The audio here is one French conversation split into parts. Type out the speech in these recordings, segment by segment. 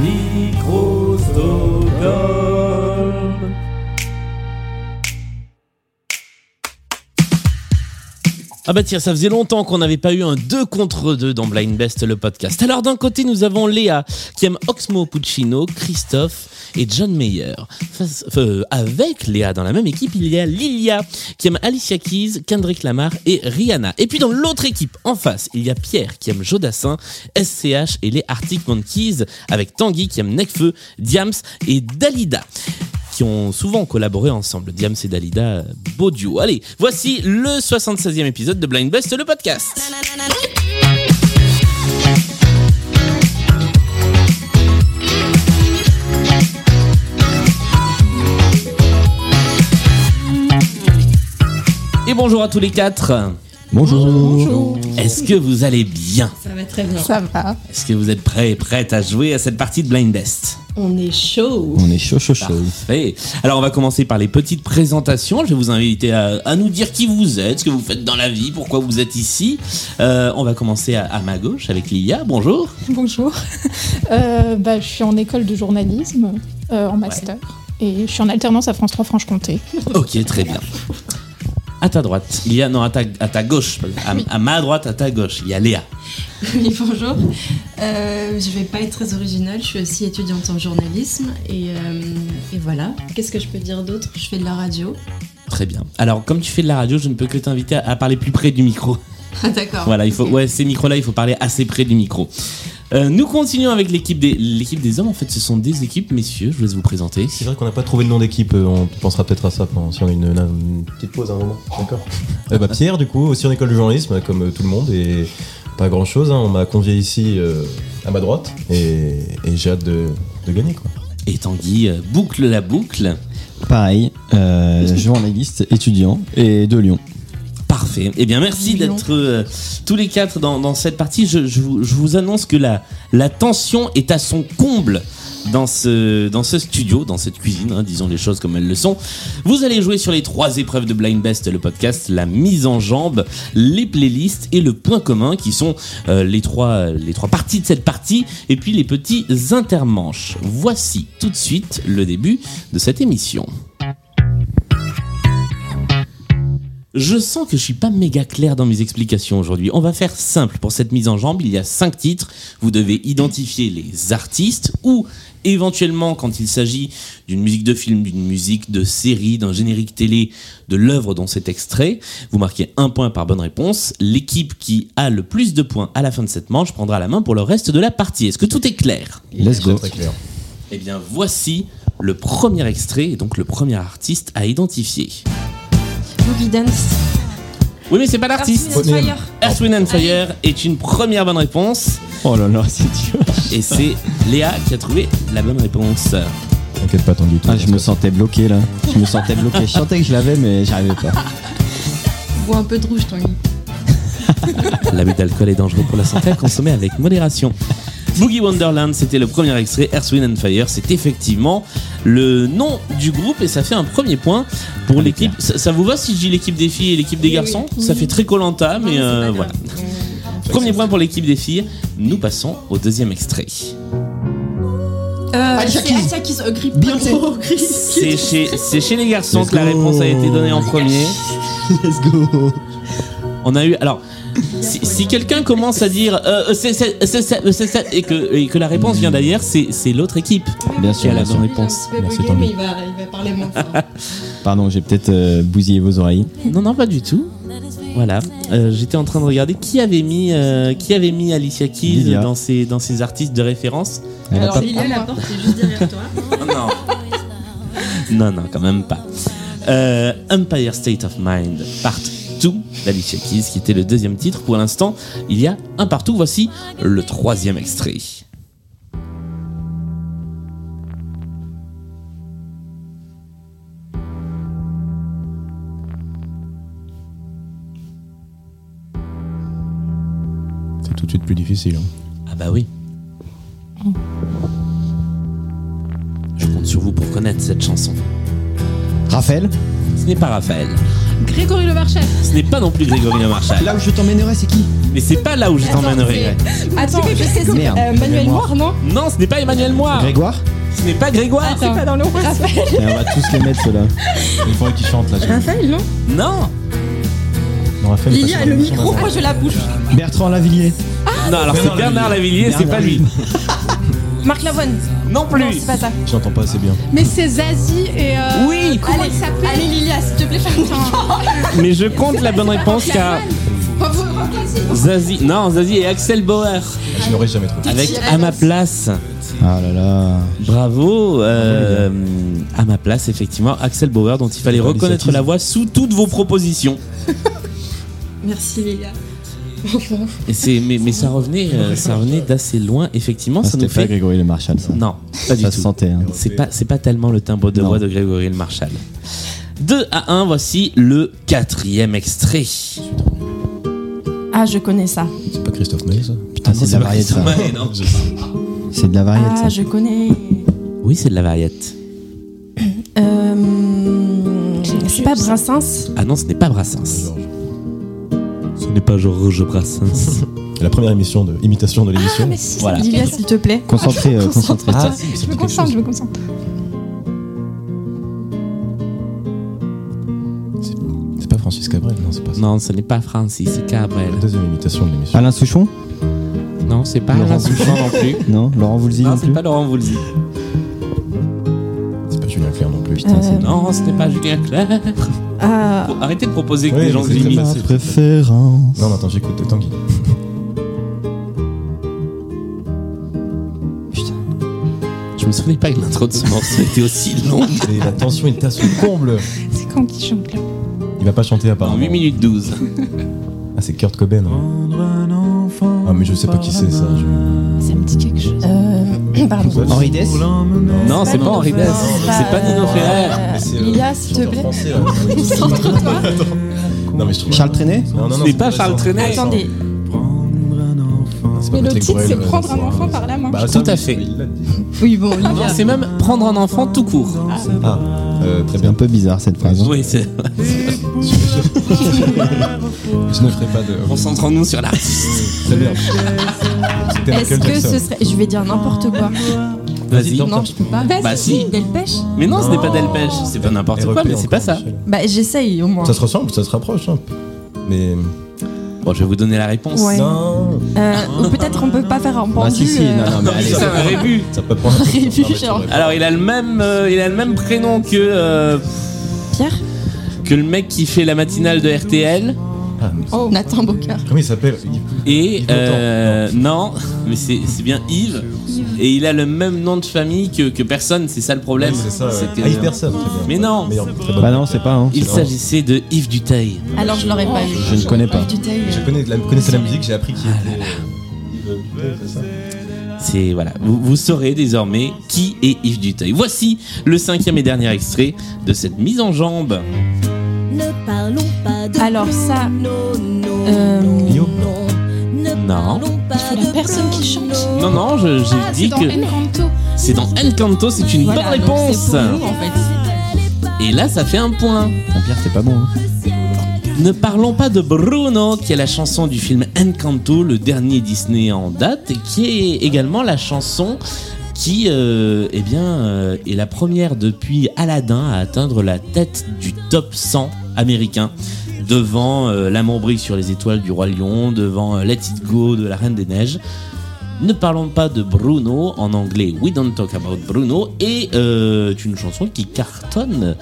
Micro Stockholm. Ah bah tiens, ça faisait longtemps qu'on n'avait pas eu un 2 contre 2 dans Blind Best, le podcast. Alors d'un côté, nous avons Léa, qui aime Oxmo Puccino, Christophe et John Mayer. Face- euh, avec Léa dans la même équipe, il y a Lilia, qui aime Alicia Keys, Kendrick Lamar et Rihanna. Et puis dans l'autre équipe, en face, il y a Pierre, qui aime Jodassin, SCH et les Arctic Monkeys, avec Tanguy, qui aime Necfeu, Diams et Dalida qui ont souvent collaboré ensemble. Diams et Dalida, beau duo. Allez, voici le 76e épisode de Blind Best, le podcast. Et bonjour à tous les quatre. Bonjour. Est-ce que vous allez bien Ça va très bien. Ça va. Est-ce que vous êtes prêts et prêtes à jouer à cette partie de Blind Best On est chaud. On est chaud, chaud, chaud. Parfait. Alors on va commencer par les petites présentations. Je vais vous inviter à, à nous dire qui vous êtes, ce que vous faites dans la vie, pourquoi vous êtes ici. Euh, on va commencer à, à ma gauche avec Lilia. Bonjour. Bonjour. Euh, bah, je suis en école de journalisme, euh, en master. Et je suis en alternance à France 3 Franche-Comté. Ok, très bien. À ta droite, il y a non à ta, à ta gauche, à, à ma droite, à ta gauche, il y a Léa. Oui, bonjour. Euh, je vais pas être très originale, je suis aussi étudiante en journalisme et, euh, et voilà. Qu'est-ce que je peux dire d'autre Je fais de la radio. Très bien. Alors comme tu fais de la radio, je ne peux que t'inviter à, à parler plus près du micro. Ah, d'accord. Voilà, il faut ouais ces micros là, il faut parler assez près du micro. Euh, nous continuons avec l'équipe des l'équipe des hommes. En fait, ce sont des équipes, messieurs. Je vous laisse vous présenter. C'est vrai qu'on n'a pas trouvé le nom d'équipe, euh, on pensera peut-être à ça pendant- si on a une, une petite pause à un moment. D'accord. Euh, bah, Pierre, du coup, aussi en école de journalisme, comme euh, tout le monde, et pas grand-chose. hein, on m'a convié ici euh, à ma droite, et, et j'ai hâte de, de gagner. Quoi. Et Tanguy euh, boucle la boucle. Pareil, euh, journaliste, étudiant et de Lyon. Parfait. Eh bien, merci Mignon. d'être euh, tous les quatre dans, dans cette partie. Je, je vous, je vous annonce que la, la tension est à son comble dans ce, dans ce studio, dans cette cuisine, hein, disons les choses comme elles le sont. Vous allez jouer sur les trois épreuves de Blind Best, le podcast, la mise en jambe, les playlists et le point commun qui sont euh, les, trois, les trois parties de cette partie et puis les petits intermanches. Voici tout de suite le début de cette émission. Je sens que je suis pas méga clair dans mes explications aujourd'hui. On va faire simple pour cette mise en jambe. Il y a cinq titres. Vous devez identifier les artistes ou éventuellement, quand il s'agit d'une musique de film, d'une musique de série, d'un générique télé, de l'œuvre dont c'est extrait, vous marquez un point par bonne réponse. L'équipe qui a le plus de points à la fin de cette manche prendra la main pour le reste de la partie. Est-ce que tout est clair Let's go. Très clair. Eh bien, voici le premier extrait et donc le premier artiste à identifier. Boogie Dance. Oui, mais c'est pas l'artiste. Earth, Wind and Fire. Earth, Wind and Fire est une première bonne réponse Oh là là, c'est dur. et c'est Léa qui a trouvé la bonne réponse. T'inquiète pas, Tanguy. tout Ah, va je bien me se passer. sentais bloqué là. Je me sentais bloqué. Je sentais que je l'avais, mais j'arrivais pas. Bois un peu de rouge, Tanguy. L'abus d'alcool est dangereux pour la santé à consommer avec modération. Boogie Wonderland, c'était le premier extrait. Earth, Wind and Fire, c'est effectivement le nom du groupe et ça fait un premier point pour l'équipe. Ça, ça vous va si je dis l'équipe des filles et l'équipe des Oui, garçons oui. Ça fait très Colanta, mais euh, voilà. Premier point pour l'équipe des filles. Nous passons au deuxième extrait. Euh, Alicia c'est Keys. Alicia Keys, euh, grippe. Beyoncé. Oh, grippe. C'est chez, c'est chez les garçons Let's que la go. réponse a été donnée en premier. Let's go. On a eu. Alors, si, si quelqu'un commence à dire euh, c'est c'est- c'est- c'est- c'est- c'est- et que, et que la réponse vient d'ailleurs, c'est c'est l'autre équipe. Qui Bien a sûr, la bien sûr. bonne réponse. Il va Merci, bugger, Tanguy. mais il va, il va parler moins fort. Pardon, j'ai peut-être euh, bousillé vos oreilles. Non, non, pas du tout. Voilà. Euh, J'étais en train de regarder qui avait mis, euh, qui avait mis Alicia Keys Lilia. dans ses, dans ses artistes de référence. Elle a Alors, pas- il est la porte, est juste derrière toi. Non. non, non, quand même pas. Euh, Empire State of Mind, part 2 d'Alicia Keys, qui était le deuxième titre. Pour l'instant, il y a un partout. Voici le troisième extrait. C'est tout de suite plus difficile. hein. Ah bah oui. Je compte sur vous pour connaître cette chanson. Raphaël Ce n'est pas Raphaël. Grégory Lemarchal. Ce n'est pas non plus Grégory Le Marchal. Là où je t'emmènerai, c'est qui Mais c'est pas là où je Attends, t'emmènerai. Attends, je sais, c'est Merde, euh, Manuel Grégoire. Moir, non Non, ce n'est pas Emmanuel Moir. Grégoire Ce n'est pas Grégoire. C'est pas dans le Et on va tous les mettre ceux-là. Il faudrait qu'il chante là. Raphaël, non Non. Lilia, le micro, moi je la bouge. Bertrand Lavillier. Non, alors Ah, c'est Bernard Lavillier, c'est pas lui. Marc Lavoine. Non Non, plus. c'est pas ça. J'entends pas assez bien. Mais c'est Zazie et. euh, Oui, Comment Allez, il s'appelle Allez, Lilia, s'il te plaît, fais un mais je compte la bonne réponse car Zazie, non Zazie et Axel Bauer Ah, Je l'aurais jamais trouvé. avec à ma place. Ah là là. Bravo, euh, à ma place effectivement Axel Bauer dont il fallait reconnaître la voix sous toutes vos propositions. Merci, Lilia. Et c'est mais, mais ça revenait euh, ça revenait d'assez loin effectivement Ah, ça nous C'était pas fait Grégory Le Marchal, ça. non pas du Ça se tout. sentait. hein. C'est pas c'est pas tellement le timbre de Non. voix de Grégory le Marshal. 2 à 1, voici le quatrième extrait. Ah, je connais ça. C'est pas Christophe Maé ça Putain, c'est de la variété, ça. non C'est de la variété, Ah, ça. je connais. Oui, c'est de la variette. Euh, C'est pas Brassens Ah non, ce n'est pas Brassens. Georges. Ce n'est pas Georges Brassens. La première émission de imitation de l'émission. Ah, mais si, Voilà. Lilia, s'il te plaît. Concentré, euh, concentré. Ah, Je me concentre, je me concentre. C'est pas Francis Cabrel, non, c'est pas ça. non, ce n'est pas Francis, c'est Cabrel. La deuxième imitation de l'émission. Ah. Alain Souchon Non, c'est pas Laurent Alain Souchon non plus. Non Laurent Voulzy Non, non c'est plus pas Laurent Voulzy. C'est pas Julien Clerc non plus. Putain, Euh. c'est- Non, ce n'est pas Julien Clerc. Ah, Faut Arrêtez de proposer que Oui, des gens mais c'est imitent. ça. Ma c'est- préférence. Non, non, attends, j'écoute euh, Tanguy. Je me souvenais pas que l'intro de ce morceau était aussi longue. Et la tension est à son comble. C'est quand qui chante là Il va pas chanter apparemment. En 8 minutes 12. Ah, c'est Kurt Cobain. hein. Ah, mais je sais pas qui c'est ça. je- Ça me dit quelque chose. euh, pardon. Henri Dess Non, c'est pas pas Henri Nino Dess. Ferrer. C'est pas Nino Ferrer. Euh, Mais c'est, euh, Lilia, s'il te chanteur plaît. français, là. Concentre-toi. Non, mais je trouve. Charles Trenet Non, non, non. Ce n'est pas ça. Charles Trenet. Attendez. C'est pas Mais le Patrick titre, Bruel, c'est euh, Prendre un c'est- enfant par la main. Bah, Tout ça, à oui, fait. il l'a dit. Oui, bon, Non, Lilia. c'est même prendre un enfant tout court. Ah, euh, très C'est un bien. peu bizarre cette phrase. hein. Oui, c'est- Je ne ferai pas de. concentrons-nous sur l'artiste. Très bien. C'était Est-ce Michael que Jackson. ce serait. Je vais dire n'importe quoi. Vas-y. Non, je peux pas. Bah, si. Delpech Mais non, ce n'est pas Delpech. C'est pas n'importe quoi, REP mais c'est pas E encore, ça. Michel. Bah, j'essaye au moins. Ça se ressemble, ça se rapproche. Hein. Mais. Bon, je vais vous donner la réponse. Ouais. Non Euh, ou peut-être on peut pas faire Bah, un pendu. Ah si si, euh, non, non, mais Ah, allez. C'est un rébut. Ça peut prendre. un peu de J'ai temps. vu, Ah, mais genre. c'est vrai. Alors, il a le même, euh, il a le même prénom que euh, Pierre que le mec qui fait la matinale de RTL. Ah, mais- Oh. Nathan Bocard. Comment il s'appelle Et Yves Montand. euh, non, mais c'est c'est bien Yves. Et il a le même nom de famille que, que personne. C'est ça le problème. Oui, C'est ça. euh, C'est que- ouais. Ah, Hype Person, très bien. Mais non. Meilleur- très bonne- Bah non, c'est pas. Hein. Il s'agissait de Yves Duteil. Alors je l'aurais pas eu. Je ne connais pas. Du taille, Je euh, connais, de la, connaissais la musique, j'ai appris qui Ah était. euh, Yves, c'est ça C'est voilà, vous, vous saurez désormais qui est Yves Duteuil. Voici le cinquième et dernier extrait de cette mise en jambe. Ne parlons pas de Alors ça, euh, Lio Non. Il faut la personne qui chante. Non non, je- j'ai Ah, c'est dit dans que Encanto. c'est dans Encanto, c'est une voilà, bonne donc réponse. c'est pour nous, en fait. Et là, ça fait un point. Putain, Pierre, c'est pas bon. hein. Ne parlons pas de Bruno, qui est la chanson du film Encanto, le dernier Disney en date, et qui est également la chanson qui euh, eh bien, euh, est la première depuis Aladdin à atteindre la tête du top 100 américain, devant euh, L'amour brille sur les étoiles du Roi Lion, devant euh, Let It Go de La Reine des Neiges. Ne parlons pas de Bruno, en anglais We Don't Talk About Bruno, et euh, est une chanson qui cartonne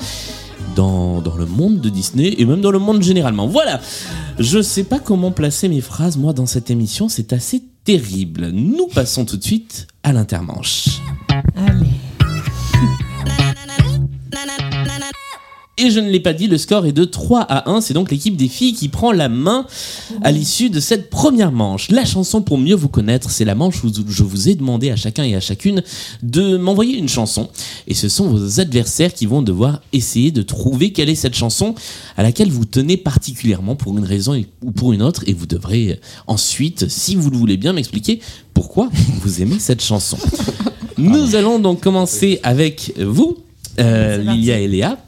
dans, dans le monde de Disney et même dans le monde généralement. Voilà, je sais pas comment placer mes phrases moi dans cette émission, c'est assez terrible. Nous passons tout de suite à l'intermanche. Et je ne l'ai pas dit, le score est de 3 à 1. C'est donc l'équipe des filles qui prend la main à l'issue de cette première manche. La chanson pour mieux vous connaître, c'est la manche où je vous ai demandé à chacun et à chacune de m'envoyer une chanson. Et ce sont vos adversaires qui vont devoir essayer de trouver quelle est cette chanson à laquelle vous tenez particulièrement pour une raison et- ou pour une autre. Et vous devrez ensuite, si vous le voulez bien, m'expliquer pourquoi vous aimez cette chanson. Nous allons donc commencer avec vous, euh, Lilia et Léa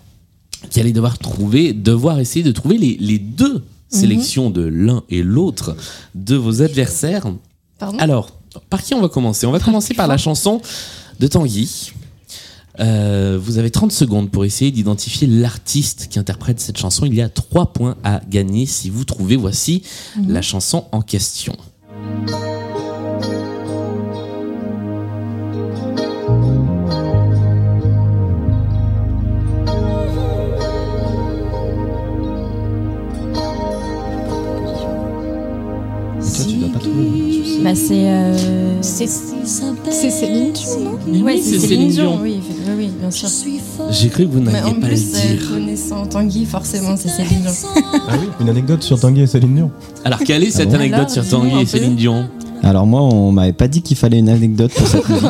qui allait devoir trouver, devoir essayer de trouver les, les Mhm. deux sélections de l'un et l'autre de vos adversaires. Pardon Alors, par qui on va commencer On va commencer par la chanson de Tanguy. Euh, vous avez 30 secondes pour essayer d'identifier l'artiste qui interprète cette chanson. Il y a 3 points à gagner si vous trouvez, voici Mhm. la chanson en question. tu dois pas trouver. Bah, c'est. euh, C'est c'est Céline Dion, non Ouais, oui, c'est Céline Dion. Oui, oui, oui, bien sûr. J'ai cru que vous Mais en n'alliez pas plus, le euh, dire. connaissant Tanguy, forcément, c'est Céline Dion. Ah oui, une anecdote sur Tanguy et Céline Dion. Alors, quelle est cette bon anecdote Alors, sur Ah dis-nous Tanguy un et peu. Céline Dion Alors moi, on m'avait pas dit qu'il fallait une anecdote pour cette musique.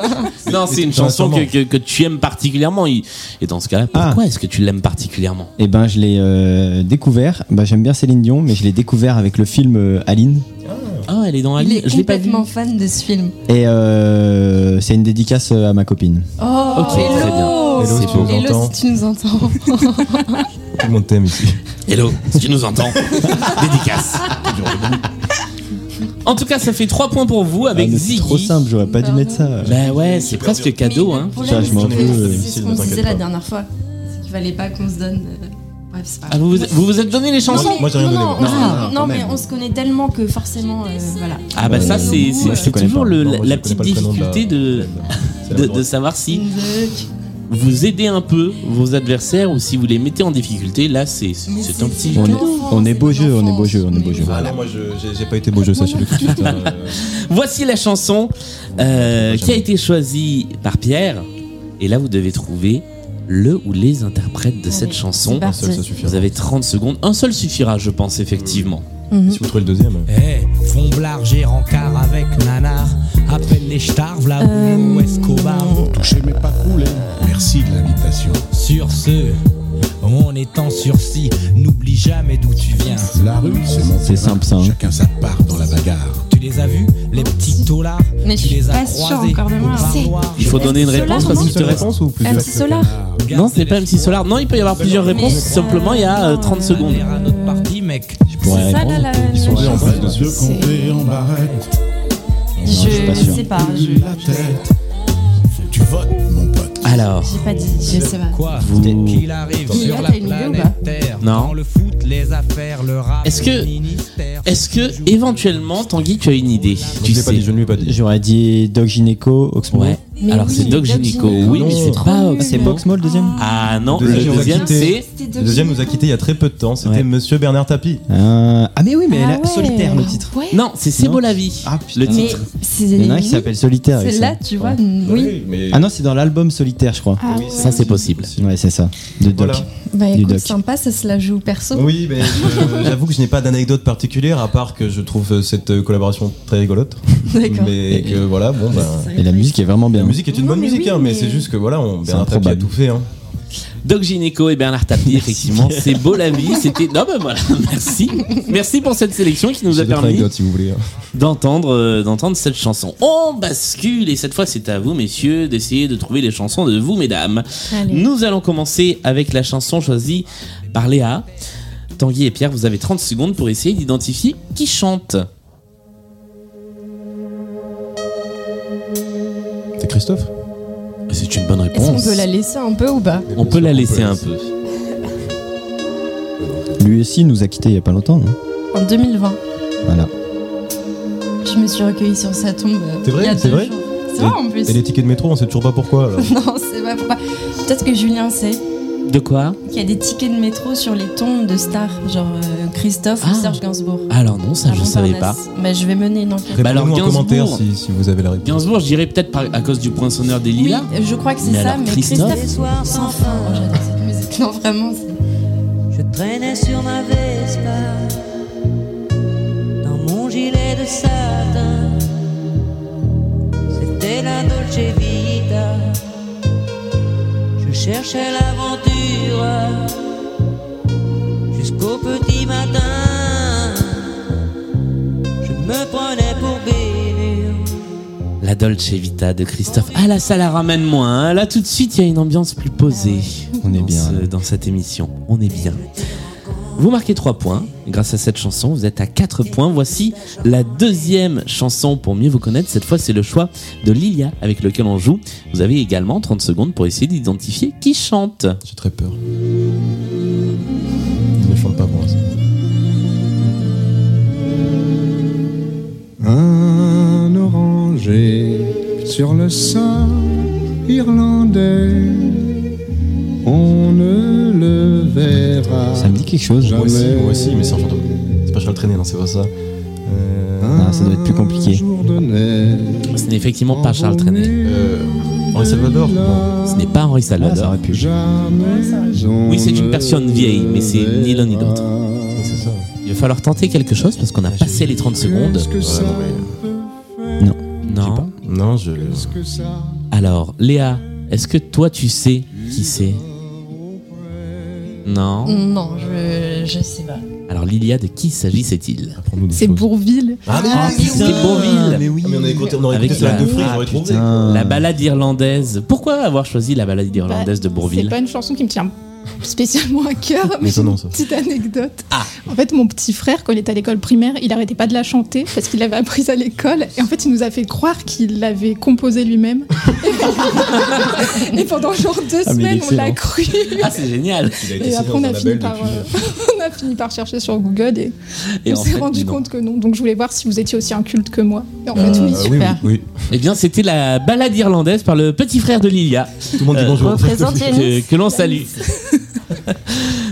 Non, c'est une t'en as chanson que, sûrement. que- que tu aimes particulièrement. Et et dans ce cas-là, Ah. pourquoi est-ce que tu l'aimes particulièrement Et ben, je l'ai euh, découvert. Bah, j'aime bien Céline Dion, mais je l'ai découvert avec le film euh, Aline. Ah, elle est dans Il Ali. est Je l'ai pas vu. complètement fan de ce film. Et euh, c'est une dédicace à ma copine. Oh, Ok, très hello Hello, si tu nous entends. Hello, si tu nous entends. Tout le monde t'aime ici. Hello, si tu nous entends, dédicace. En tout cas, ça fait 3 points pour vous avec Ah, mais c'est Ziggy. trop simple, j'aurais pas dû Pardon. mettre ça. Bah ouais, c'est presque cadeau. Mais le Hein. problème, Ça, je c'est m'en que veux, euh, C'est ce Cécile, qu'on ne se disait t'inquiète la pas. dernière fois. C'est qu'il fallait pas qu'on se donne. euh, Bref, c'est pas Ah, grave. vous, vous vous vous êtes donné les chansons Moi, j'ai rien Ah, non, donné, non, moi. on se- Ah, non, quand mais même. on se connaît tellement que forcément, euh, voilà. Ah bah ça Euh, c'est non, c'est- je c'est connais toujours pas. le- Non, moi, je Euh, la connais petite pas le prénom la- difficulté de, C'est la de, droite. de savoir si Zuck. vous aidez un peu vos adversaires ou si vous les mettez en difficulté. Là c'est Mais c'est un petit c'est On est- des enfants, on est c'est beau des jeu, on est enfants. beau jeu, on est beau Mais jeu. Ah voilà. non, moi, je- j'ai j'ai pas été beau jeu, sachez-le tout de suite. hein, euh, Voici la chanson euh, Moi, qui a j'aime. été choisie par Pierre. Et là, vous devez trouver le ou les interprètes de cette Allez, chanson. Ah c'est parti. Un seul, ça suffira. Vous avez 30 secondes. Un seul suffira, je pense, effectivement. Mhm. Si vous trouvez le deuxième. euh, Eh, Fomblard, j'ai rencard avec nanar. Appelle les starves, la boulot, Escobar. Touchez mais Eh, pas coulé. Merci de l'invitation. Sur ce, on est en sursis. N'oublie jamais d'où tu viens. La rue, c'est mon C'est terrain. simple, ça, hein. Chacun sa part dans la bagarre. Tu les as vus, les petits taulards Mais Tu je suis les as pas sûre croisés. encore de moi. au C'est- bar noir. Il faut donner une Solar, réponse parce non qu'il te reste. ou Eh, bah, Un petit solar. Garde Non, c'est pas MC l'espoir. Solar. Non, il peut y avoir plusieurs Mais, réponses. euh, Simplement, il y a euh, 30 secondes. Adhère à notre parti, mec. Je pourrais C'est ça, répondre. là, la- Ils sont la- deux en face de Les yeux comptés en barrette. Non, je suis Je pas sais sûr. pas. Je La tête. Tu votes, mon pote. Alors, j'ai pas dit. Je sais pas. Quoi Vous- Qu'il arrive Attends. sur Mia, la t'as une idée ou planète pas Terre. Non. Dans le foot, les affaires, le rap, Est-ce que- le ministère. est-ce que éventuellement, Tanguy, tu as une idée Je Tu ne l'ai pas sais. dit, je ne lui ai pas dit. J'aurais dit Doc Gynéco, Oxmo. Ouais. Mais Alors, oui, c'est Doc Doc Gynéco. Gynéco. Oui, mais Non. c'est pas. Ah, c'est pas Oxmo le deuxième Ah non, Deuxième, le on va deuxième, quitter. c'est. C'était Le deuxième nous a quitté il y a très peu de temps, c'était Ouais. Monsieur Bernard Tapie. Euh, Ah, mais oui, mais là, ouais. Solitaire le titre. Ouais. Non, c'est C'est Non. beau la vie. Ah, Le putain. Mais titre. c'est Il y en a un qui s'appelle Solitaire. et C'est ça. là, tu vois. Oui. mais Ah non, c'est dans l'album Solitaire, je crois. Ah, Ça, c'est possible. Ouais, c'est ça. De Doc. Voilà. Bah Du écoute, doc. sympa, ça se la joue perso. Oui, mais je- j'avoue que je n'ai pas d'anecdote particulière à part que je trouve euh, cette euh, collaboration très rigolote. Oh, D'accord. Mais que voilà, bon bah. Et la musique est vraiment bien. La musique est une Non, bonne mais musique, oui, hein, mais mais- c'est juste que voilà, on, C'est Bernard Tapie a improbable. tout fait. Hein. Doc Gynéco et Bernard Tapie, effectivement, c'est beau la vie. C'était. Non, ben voilà, merci. Merci pour cette sélection qui nous a J'ai d'autres permis anecdotes si vous voulez. hein. d'entendre euh, d'entendre cette chanson. On bascule, et cette fois, c'est à vous, messieurs, d'essayer de trouver les chansons de vous, mesdames. Allez. Nous allons commencer avec la chanson choisie par Léa. Tanguy et Pierre, vous avez 30 secondes pour essayer d'identifier qui chante. C'est Christophe C'est une bonne Est-ce qu'on réponse. peut la laisser un peu ou pas On peut la laisser un peu. Lui aussi nous a quittés il y a pas longtemps. hein. En 2020, Voilà. je me suis recueillie sur sa tombe. euh, C'est vrai, il y a c'est deux vrai jours. C'est vrai en plus. Et les tickets de métro, on sait toujours pas pourquoi. alors. Non, c'est pas pourquoi. Peut-être que Julien sait De quoi qu'il y a des tickets de métro sur les tombes de stars, genre euh, Christophe Ah. ou Serge Gainsbourg. Alors non, ça, je Avant savais pas. Parnasse. Ah, Bah, je vais mener une enquête. Bah alors, Répondez-nous en Gainsbourg. commentaire si, si vous avez la réponse. Gainsbourg, je dirais peut-être par- à cause du poinçonneur des Oui, euh, lilas. je crois que c'est Mais ça, alors, mais Christophe euh, Christophe, Des soirs sans fin. Oh, j'adore cette musique. Non, vraiment, c'est- Je traînais sur ma Vespa dans mon gilet de satin. C'était la Dolce Vita. Je cherchais l'aventure jusqu'au petit matin. Je me prenais pour Bénure. La Dolce Vita de Christophe. Ah là, ça la ramène moins. hein. Là, tout de suite, il y a une ambiance plus posée. On est dans bien, ce- dans cette émission. On est bien. Vous marquez 3 points grâce à cette chanson. Vous êtes à 4 points. Voici la deuxième chanson pour mieux vous connaître. Cette fois, c'est le choix de Lilia avec lequel on joue. Vous avez également 30 secondes pour essayer d'identifier qui chante. J'ai très peur. Il ne chante pas pour l'instant. Un oranger sur le sein irlandais. On ne le verra. Euh, Ça me dit quelque chose. Jamais. Moi aussi, Moi aussi, mais c'est un chanteur. C'est pas Charles Traîné, non, c'est pas ça. Euh, Ah, ça doit être plus compliqué. Ce n'est effectivement pas Charles Trenet. euh, Henri Salvador Ce n'est pas Henri Ah, Ah, Salvador. oui, c'est une personne vieille, mais c'est ni l'un ni l'autre. C'est ça. Il va falloir tenter quelque chose parce qu'on a passé les 30 secondes. Non. Non. Non, je. Alors, Léa, est-ce que toi tu sais qui c'est Mm. Non. Non, je, je sais pas. Alors, Lilia, de qui s'agissait-il Apprends-nous des C'est choses. Bourville. Ah, mais Ah, oui, c'est oui. Bourville. Mais oui. Ah, mais on a écouté, on aurait Avec écouté la la- de fruits, Ah, j'aurais trouvé. Putain. La balade irlandaise. Pourquoi avoir choisi la balade irlandaise de Bah, C'est Bourville pas une chanson qui me tient spécialement à cœur, mais Étonnant, une ça. petite anecdote. Ah. En fait, mon petit frère, quand il était à l'école primaire, il arrêtait pas de la chanter parce qu'il l'avait apprise à l'école. Et en fait, il nous a fait croire qu'il l'avait composée lui-même. et pendant genre deux Ah, mais il est semaines, on l'a excellent. cru. Ah, c'est génial Il a été Et signé après, dans on un a, fini label par, depuis, euh, on a fini par chercher sur Google et, Et en on s'est fait, rendu non. compte que non. Donc, je voulais voir si vous étiez aussi un culte que moi. Et en fait, euh, oui, oui, super. oui, Eh bien, c'était la balade irlandaise par le petit frère de Lilia. oui. Tout le monde dit Euh, bonjour. Représente que, Yanis. que l'on salue.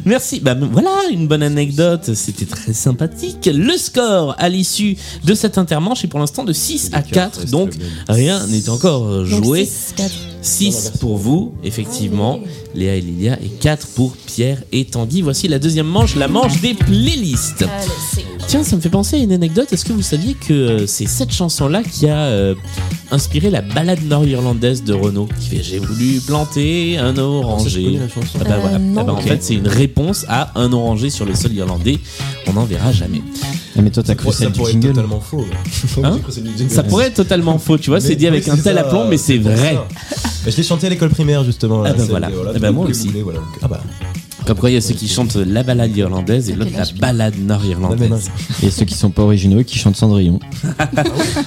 Merci. Bah, voilà une bonne anecdote. C'était très sympathique. Le score à l'issue de cette intermanche est pour l'instant de 6 à 4. Donc euh, rien n'est encore euh, joué. 6 pour vous, effectivement, Ah Léa et Lilia, et 4 pour Pierre et Tanguy. Voici la deuxième manche, la manche des playlists. Tiens, ça me fait penser à une anecdote. Est-ce que vous saviez que euh, c'est cette chanson-là qui a euh, inspiré la balade nord-irlandaise de Renaud qui fait J'ai voulu planter un J'ai connu oranger. la chanson. Ah bah Euh, voilà. non. Ah bah en Ok. fait, c'est une réponse à un oranger sur le sol irlandais. On n'en verra jamais. Ah, mais toi, t'as cru Ça celle du pourrait être jingle. totalement faux. là. Hein J'ai cru celle du jingle. Ça pourrait être totalement faux, tu vois. C'est Mais dit avec oui, un c'est tel ça, aplomb, mais c'est pour vrai. ça. Bah, Je l'ai chanté à l'école primaire justement. là, Ah bah celle- voilà. Ah tout bah le moi monde aussi. voulait, voilà. Ah bah. Comme quoi, il y a ceux qui chantent la balade irlandaise et l'autre la balade Non, mais non. nord-irlandaise. Et ceux qui sont pas originaux qui chantent Cendrillon.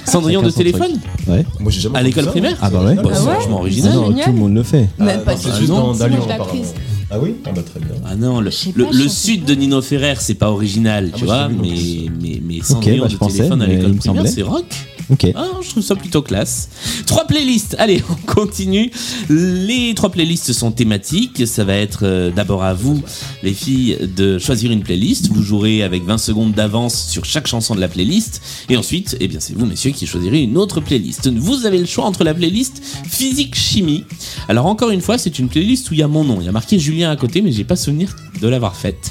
Cendrillon de Chacun son téléphone Ouais. Moi j'ai jamais À entendu l'école ça. primaire Ah bah ouais. Bah, c'est Ah ouais vachement Ah original. non, génial. tout le monde le fait. bah, Ah, Même pas non, sûr. C'est juste non, dans c'est moi Dalion qui l'ai apparemment. apprise. Ah oui Ah bah très bien. Ah non, le, Je sais le- pas, le je sais sud pas. de Nino Ferrer, c'est pas original, Ah, tu moi, vois, j'ai vu, non, mais, plus. mais, mais Cendrillon bah, je de pensais, téléphone à mais il l'école me primaire, semblait. c'est rock. Ok. Ah, je trouve ça plutôt classe. Trois playlists. Allez, on continue. Les trois playlists sont thématiques. Ça va être euh, d'abord à vous, les filles, de choisir une playlist. Vous jouerez avec 20 secondes d'avance sur chaque chanson de la playlist. Et ensuite, eh bien, c'est vous, messieurs, qui choisirez une autre playlist. Vous avez le choix entre la playlist physique-chimie. Alors, encore une fois, c'est une playlist où il y a mon nom. Il y a marqué Julien à côté, mais j'ai pas souvenir de l'avoir faite.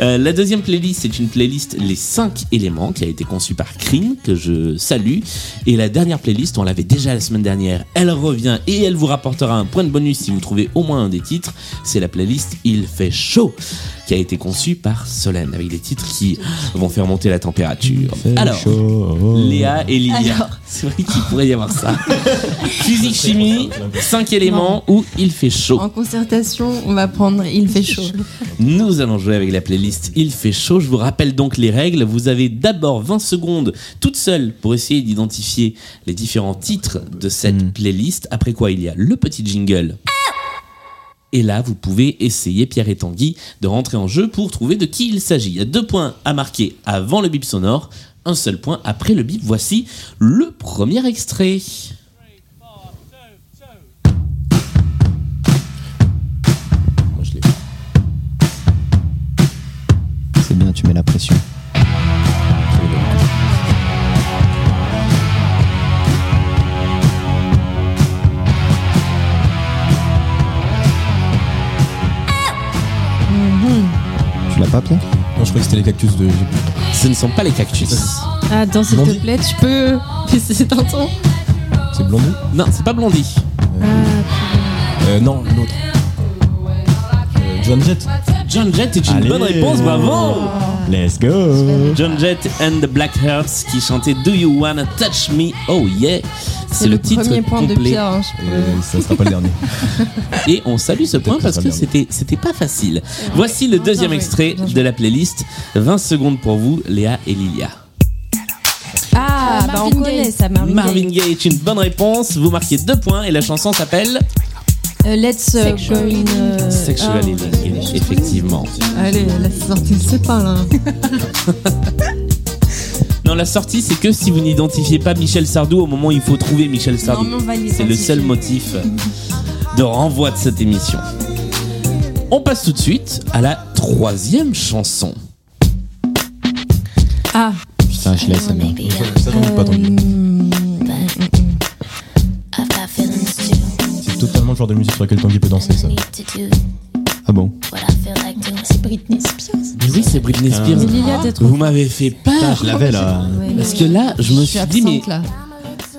Euh, la deuxième playlist, c'est une playlist Les 5 éléments qui a été conçue par Kryn, que je salue. Et la dernière playlist, on l'avait déjà la semaine dernière, elle revient et elle vous rapportera un point de bonus si vous trouvez au moins un des titres. C'est la playlist Il fait chaud, qui a été conçue par Solène, avec des titres qui vont faire monter la température. Fait Alors, chaud. Léa et Lilia. Alors. C'est vrai qu'il pourrait y avoir ça. Physique, chimie, 5 éléments où il fait chaud. En concertation, on va prendre Il fait chaud. Nous allons jouer avec la playlist Il fait chaud. Je vous rappelle donc les règles. Vous avez d'abord 20 secondes toute seule pour essayer d'identifier les différents titres de cette playlist. Après quoi, il y a le petit jingle. Et là, vous pouvez essayer, Pierre et Tanguy, de rentrer en jeu pour trouver de qui il s'agit. Il y a deux points à marquer avant le bip sonore, un seul point après le bip. Voici le premier extrait. Moi je l'ai. C'est bien, tu mets la pression. Tu l'as pas, Pierre Non, je croyais que c'était les cactus de. Ce ne sont pas les cactus. Attends, Ah, s'il Blondie. te plaît, tu peux. C'est un ton. C'est Blondie Non, c'est pas Blondie. Euh, non, l'autre. Euh, Joan Jett. John Jett est une Allez. bonne réponse, bravo! Let's go Euh, John Jett and the Black Hearts qui chantait Do You Wanna Touch Me Oh Yeah C'est le, titre premier point de complet. Pierre. hein, je peux- ça sera pas le dernier. Et on salue ce point parce que c'était c'était pas facile. Voici le deuxième extrait de la playlist. 20 secondes pour vous, Léa et Lilia. Ah, bah on connaît ça, Marvin, Marvin Gaye. Gaye est une bonne réponse. Vous marquez deux points et la chanson s'appelle Euh, let's euh, go in. euh, Sexual ah. Healing. Effectivement. Allez, la sortie, c'est pas là. Non, la sortie, c'est que si vous n'identifiez pas Michel Sardou au moment où il faut trouver Michel Sardou. mais on va C'est le l'identifier. seul motif de renvoi de cette émission. On passe tout de suite à la troisième chanson. Ah, Putain, je laisse ça merde. Hmm, bah, C'est totalement le genre de musique sur laquelle Tanguy peut danser, ça. Ah bon C'est Britney Spears. Mais oui, c'est Britney Spears. Mais Lilia, t'es trop Vous m'avez fait peur. Je l'avais, là. Ah, Parce que là, Ah. je me suis, dit, mais Là.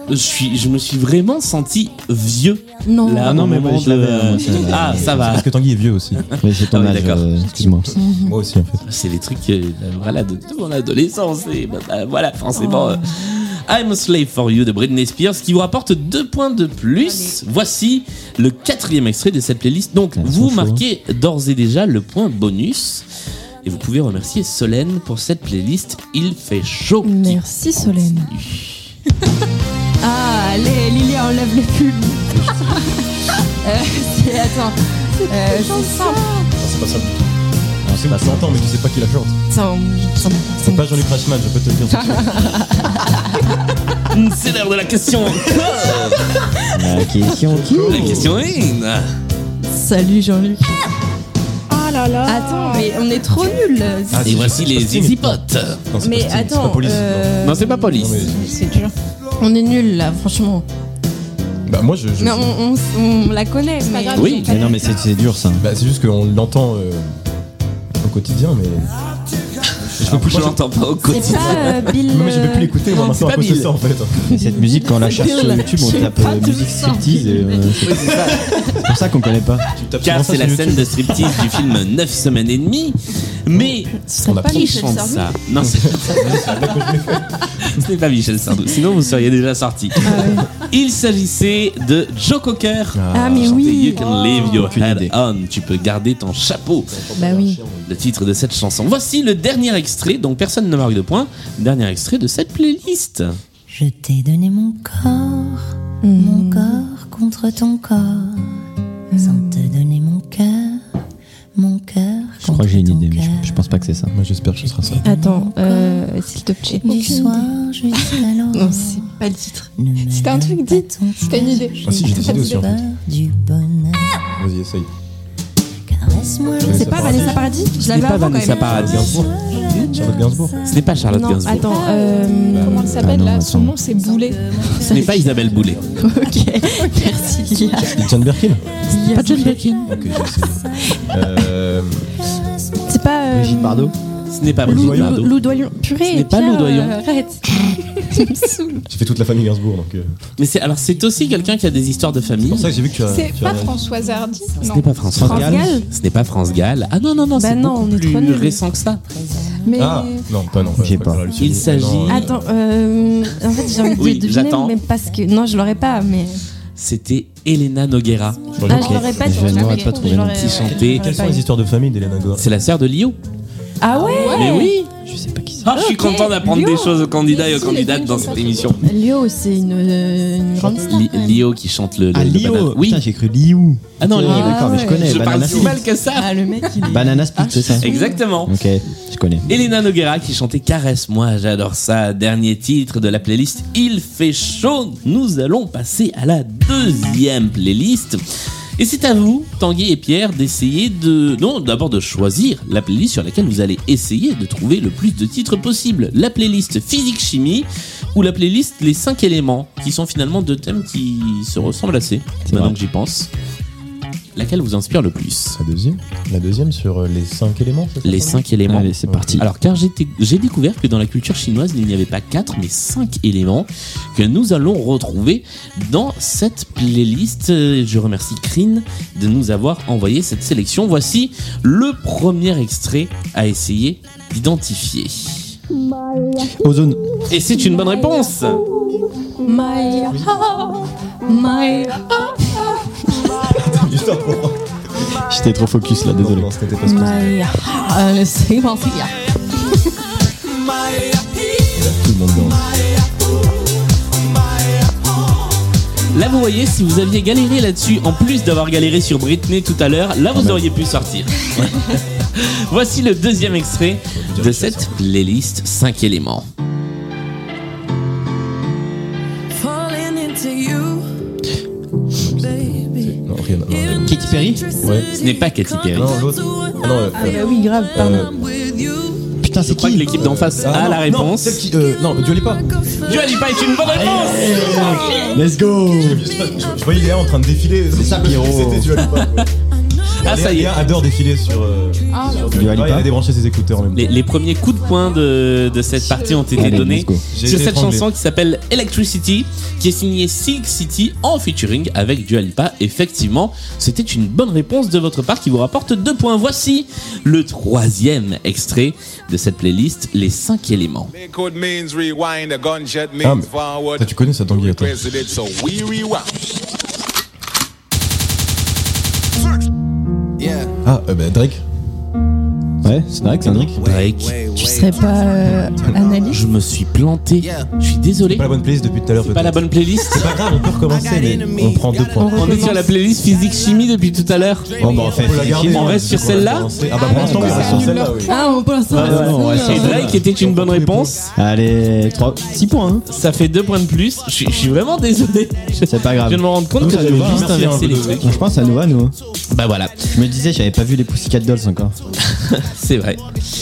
je, suis, je me suis vraiment senti vieux. Non. Là, Ah non, au mais moment moi, je de- l'avais, moi, ça, Ah, ça va. Parce que Tanguy est vieux aussi. Bah, Mais j'ai ton Ah oui, âge, d'accord. euh, excuse-moi. Moi aussi, en fait. C'est les trucs, euh, voilà, de de mon adolescence. Et bah, bah, voilà, forcément. euh, I'm a Slave for You de Britney Spears qui vous rapporte deux points de plus. Voici le quatrième extrait de cette playlist. Donc, vous marquez d'ores et déjà le point bonus. Et vous pouvez remercier Solène pour cette playlist. Il fait chaud. Merci Solène. Ah, allez, Lilia, enlève les pubs. Euh, c'est- attends. Euh, c'est simple. Non, c'est pas ça du tout. c'est pas 100 ans, mais tu sais pas qui la chante. Attends, attends. C'est pas Jean-Luc Reichmann, je peux te le dire. tout de suite. C'est l'heure de la question. La question qui La question est. Salut Jean-Luc. Ah là là. Attends, mais on est trop nuls. Ah, Et c'est voici pas les Sting. Zizi Potes. Non, c'est pas mais Sting, attends. C'est pas police. euh, Non, c'est pas police. Non, mais- C'est dur. On est nuls là, franchement. Bah, moi, je. je- Mais on, on- on la connaît. pas mais- grave. Oui. Mais non, mais c'est c'est dur ça. Bah, c'est juste qu'on l'entend euh, au quotidien, mais. Je peux plus Je l'entends pas au C'est quotidien. pas euh, Bill. euh, Non, mais je peux plus l'écouter, moi, Non, c'est maintenant, à pas cause de Bill. ça, en fait. Mais cette musique, quand on la cherche sur YouTube, on tape euh, musique striptease et euh, c'est c'est pour ça qu'on connaît pas. Tu tapes Car souvent ça c'est la sur scène YouTube. de striptease du film 9 semaines et demie. Mais On a pas pas qui Michel chante Sardou. ça Non, c'est Ah, Ce n'est pas Michel Sardou. Sinon, vous seriez déjà sorti. Il s'agissait de Joe Cocker. Ah, mais chantait oui. You can leave your Aucune head idée. on. Tu peux garder ton chapeau. Bah oui. Le titre de cette chanson. Voici le dernier extrait. Donc personne ne marque de point. Dernier extrait de cette playlist. Je t'ai donné mon corps, mon corps contre ton corps, sans te donner mon cœur, mon cœur Je crois que j'ai une idée, mais je, je pense pas que c'est ça. Moi, j'espère que ce sera ça. Attends, euh, s'il te plaît. Du soir jusqu'à Non, c'est pas le titre. C'était un truc dit. C'était une idée. Ah, si, j'ai des idées aussi, en fait. du bonheur. Vas-y, essaye. Caresse-moi C'est C'est pas Vanessa Paradis Je l'avais pas avant quand Vanessa même. Paradis. hein, Gainsbourg. Charlotte Gainsbourg. Ce n'est pas Charlotte Non, Gainsbourg. attends. euh, Comment elle s'appelle Ah non, là Son attends. Euh, nom c'est Boulet. Ce n'est pas Isabelle Boulay. Ok, merci Lia. John Birkin Pas John Birkin. Ok, j'ai essayé. Euh. C'est pas. euh, Brigitte Bardot Ce n'est pas Lou Brigitte Bardot. Lou- Lou Doyon. Purée. Ce n'est pas Pierre, Lou Doyon. euh, Arrête. Tu me saoules. J'ai fait toute la famille Gainsbourg, donc. euh, Mais c'est alors c'est aussi quelqu'un qui a des histoires de C'est famille. pour ça que j'ai vu que tu as. C'est tu as- pas Françoise Hardy Ce Non. n'est pas France, France Gall. Gall. Ce n'est pas France Gall. Ah non non non, Bah c'est non, beaucoup on est trop plus nuls. récent que ça. Mais Ah Non, pas non. J'ai pas. Il s'agit- Attends, euh, en fait j'ai envie Oui, de deviner, j'attends. mais parce que. Non, je l'aurais pas, mais. C'était Elena Noguera. Ah, je l'aurais pas Je trouvé. n'aurais pas trouvé Je non l'aurais- euh, plus. Euh, je l'aurais Chanter. pas Quelles sont eu. les histoires de famille d'Hélène Gore C'est la sœur de Lio. Ah ouais Mais oui. Je sais pas qui c'est. Ah, je suis Ok, content d'apprendre Lio. des choses aux candidats et aux Si, les candidates films dans sont cette sortis. émission. Léo, c'est une, euh, une grande star. Li- quand même. Lio qui chante le. le- Ah, le Lio banana. Oui. Oui. Putain, j'ai cru Liou. Ah non, Lio. Ah, d'accord, mais je ouais. connais. je parle Banana si Split. mal Ah, que ça. Ah, le mec, il est. Banana Split, c'est ça Exactement. Ok, je connais. Elena Noguera qui chantait Caresse-moi, j'adore ça. Dernier titre de la playlist Il fait chaud. Nous allons passer à la deuxième playlist. Et c'est à vous, Tanguy et Pierre, d'essayer de. Non, d'abord de choisir la playlist sur laquelle vous allez essayer de trouver le plus de titres possible. La playlist physique-chimie ou la playlist Les 5 éléments, qui sont finalement deux thèmes qui se ressemblent assez, maintenant vrai. que j'y pense. Laquelle vous inspire le plus La deuxième La deuxième sur euh, les 5 éléments c'est ça Les 5 éléments. Allez, c'est parti. Alors, car j'étais- j'ai découvert que dans la culture chinoise, il n'y avait pas 4, mais 5 éléments que nous allons retrouver dans cette playlist. Euh, Je remercie Kryn de nous avoir envoyé cette sélection. Voici le premier extrait à essayer d'identifier. Ozone. Et c'est une bonne réponse my heart, my heart, J'étais trop focus là, désolé. my heart. Euh, C'est parti, yeah. Tout le monde danse. Là, vous voyez, si vous aviez galéré là-dessus, en plus d'avoir galéré sur Britney tout à l'heure, Ah là, ben. vous auriez pu sortir. Voici le deuxième extrait de cette playlist 5 éléments. Falling into you, baby. Non, rien à voir. Katy Perry Ouais. Ce n'est pas Katy Perry. Non, l'autre. Ah non, euh, Ah bah oui, grave, pardon. Putain, c'est qui L'équipe d'en face a Ah, la ah, non, réponse. celle qui- euh, non, Dua Lipa. Dua Lipa est une bonne réponse Let's go Oh. Je voyais Léa en train de défiler. C'est ça, Pierrot. C'était Dua Lipa. quoi. Ah, ça y est. Léa adore défiler sur. euh, Ah, sur Dua Lipa. Il a débranché ses écouteurs en même temps. Les, les premiers coups de poing de, de cette partie ont été Allez, donnés let's go. J'ai sur été cette étranglé. chanson qui s'appelle Electricity, qui est signée Silk City en featuring avec Dua Lipa. Effectivement, c'était une bonne réponse de votre part qui vous rapporte deux points. Voici le troisième extrait de cette playlist, les cinq éléments. Code means rewind, a gunshot means Ah, mais- forward. Putain, tu connais ça, Tanguy, attends. President, so we rewind. Ah, euh, bah, Drake. Ouais, c'est vrai que c'est un drink. Drake, Tu serais pas euh, analyste je me suis planté. Je suis désolé. Pas la bonne playlist depuis tout à l'heure. Pas la peut-être. bonne playlist. C'est pas grave, on peut recommencer, mais on prend deux points. On est sur la playlist physique chimie depuis tout à l'heure. Bon, bah, on fait Faut la garder, On hein, reste sur parce qu'on a celle-là commencé. Ah, bah, pour l'instant, Ah, oui, bah, c'est sur celle-là, oui. Ah, on- pour l'instant, Ah, c'est non, ça. ouais, Et Drake était une bonne réponse. Allez, 3, 6 points. hein. Ça fait deux points de plus. Je suis- je suis vraiment désolé. Je C'est pas je grave. viens de me rendre compte Donc, que allez j'avais voir, juste merci, inversé hein, les vous trucs. deux. Je pense à nous, à nous. hein. Bah voilà, Je me disais, j'avais pas vu les Pussycat Dolls encore. c'est vrai.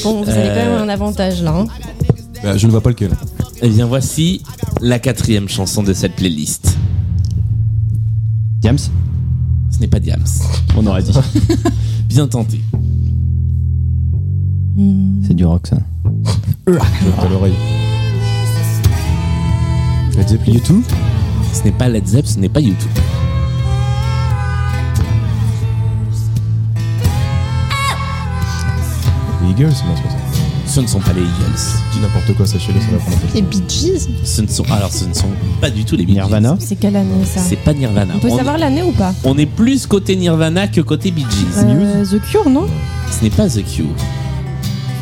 Bon, vous avez quand même Euh, un avantage là. hein. Bah, je ne vois pas lequel. Eh bien voici la quatrième chanson de cette playlist. Diams Ce n'est pas Diams. On aurait dit. Bien tenté. C'est du rock ça. Je vais à l'oreille. Led Zeppelin. YouTube Ce n'est pas Led Zepp, ce n'est pas YouTube. Les Eagles, non, c'est pas ça. Ce ne sont pas les Eagles. Je dis n'importe quoi, sachez-le, ça va prendre un peu. Les Bee Gees Ce ne sont alors ce ne sont pas du tout les Bee Gees. Nirvana. C'est quelle année ça C'est pas Nirvana. On peut On savoir l'année ou pas est- on est plus côté Nirvana que côté Bee Gees. Euh, The Cure, non Ce n'est pas The Cure.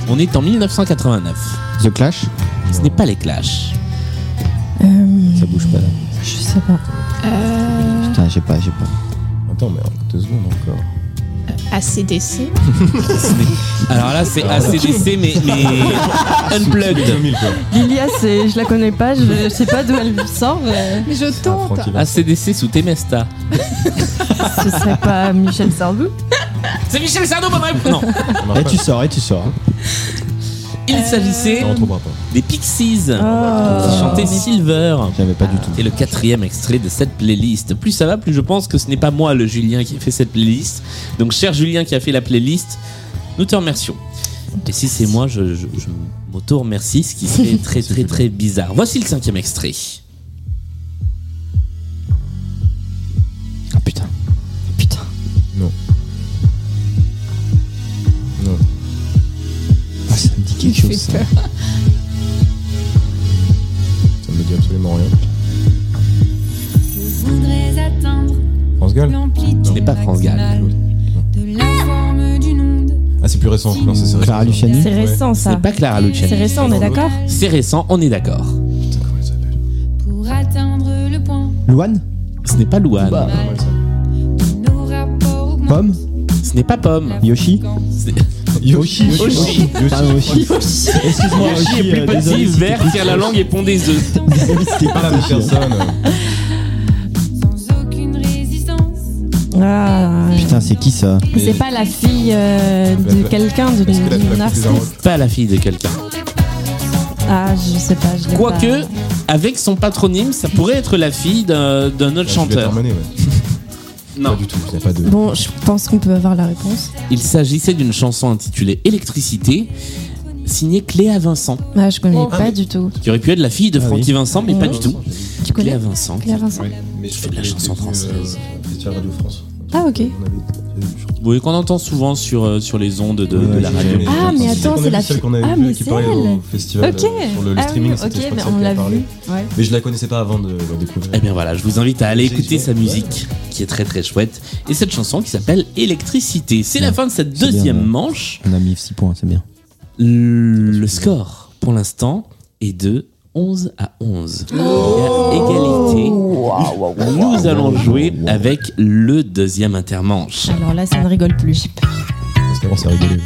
On est en 1989. The Clash. Ce n'est pas les Clash. Euh, Ça bouge pas là. Je sais pas. Putain, j'ai pas, j'ai pas. Attends, mais en deux secondes encore. ACDC. Alors là, c'est ACDC, mais, mais unplugged. 2000, quoi. Lilia, c'est, je la connais pas, je, je sais pas d'où elle sort. euh, Mais je Ah, tente. Francky, là. ACDC sous Temesta. ce serait pas Michel Sardou C'est Michel Sardou, bonne réponse Non, Et tu sors, et tu sors. hein. il s'agissait Non, on trouvera pas. des Pixies Ah. qui Oh. chantaient Silver. J'avais pas du tout. Et le quatrième extrait de cette playlist. Plus ça va, plus je pense que ce n'est pas moi le Julien qui a fait cette playlist. Donc, cher Julien qui a fait la playlist, nous te remercions. Et si c'est moi, je, je- je m'auto-remercie, ce qui serait très très très bizarre. Voici le cinquième extrait. Ah putain. Putain. Non. Ah, ça me dit quelque Il fait chose. ça. peur. Ça me dit absolument rien. Je voudrais atteindre France Gall Ce l'amplitude n'est pas France Gall. maximale de la forme d'une onde. Ah, c'est plus récent. Non, c'est c'est récent. Clara Luciani. C'est récent Ce ça. n'est pas Clara C'est Luciani. récent, on est d'accord C'est récent, on est d'accord. Putain, comment elle s'appelle Pour atteindre le point, Luan Ce n'est pas Louane. Bah. Comment elle s'appelle nos rapports augmentent. Pomme Ce n'est pas Pomme. Yoshi Yoshi. Yoshi. Pardon, Yoshi. Excuse-moi, Yoshi est plus euh, petit, désolé, c'était vert, plus- tire la langue et pond des œufs. désolé, C'était Pas pas la même personne. Sans aucune résistance, Ah. Putain, c'est qui ça Mais C'est pas la fille euh, de quelqu'un, de- Parce que là, tu d'une l'as coupé d'un artiste. Pas la fille de quelqu'un. Ah, je sais pas. je l'ai Quoique, pas. avec son patronyme, ça pourrait être la fille d'un d'un Bah, autre chanteur. Terminé, ouais. Pas Non. du tout. Il n'y a pas de. Bon, je pense qu'on peut avoir la réponse. Il s'agissait d'une chanson intitulée Électricité, signée Cléa Vincent, Ah, je connais pas du tout. qui aurait pu être la fille de Ah oui. Francky Vincent, mais pas du tout. Tu Cléa connais Vincent. Claire Vincent Mais je fais de la chanson française. Festival euh, Radio France. Ah, ok. Oui, qu'on entend souvent sur, euh, sur les ondes de, de la radio. Ah, mais attends, c'est la celle qu'on avait Ah, vue mais qui c'est parlait elle. au festival Ok. euh, sur le, le Ah oui, streaming. ok, c'était, je crois mais que c'est elle on qui a l'a parlé. vue, ouais. Mais je la connaissais pas avant de la découvrir. Eh bien voilà, je vous invite à aller écouter sa musique qui est très très chouette et cette chanson qui s'appelle Électricité. C'est la fin de cette deuxième bien, hein. ouais. manche. On a mis 6 points, c'est bien. Le score pour l'instant est de 11 à 11. Il y a égalité. Nous allons jouer avec le deuxième intermanche. Alors là, ça ne rigole plus. Parce qu'avant, c'est rigolé.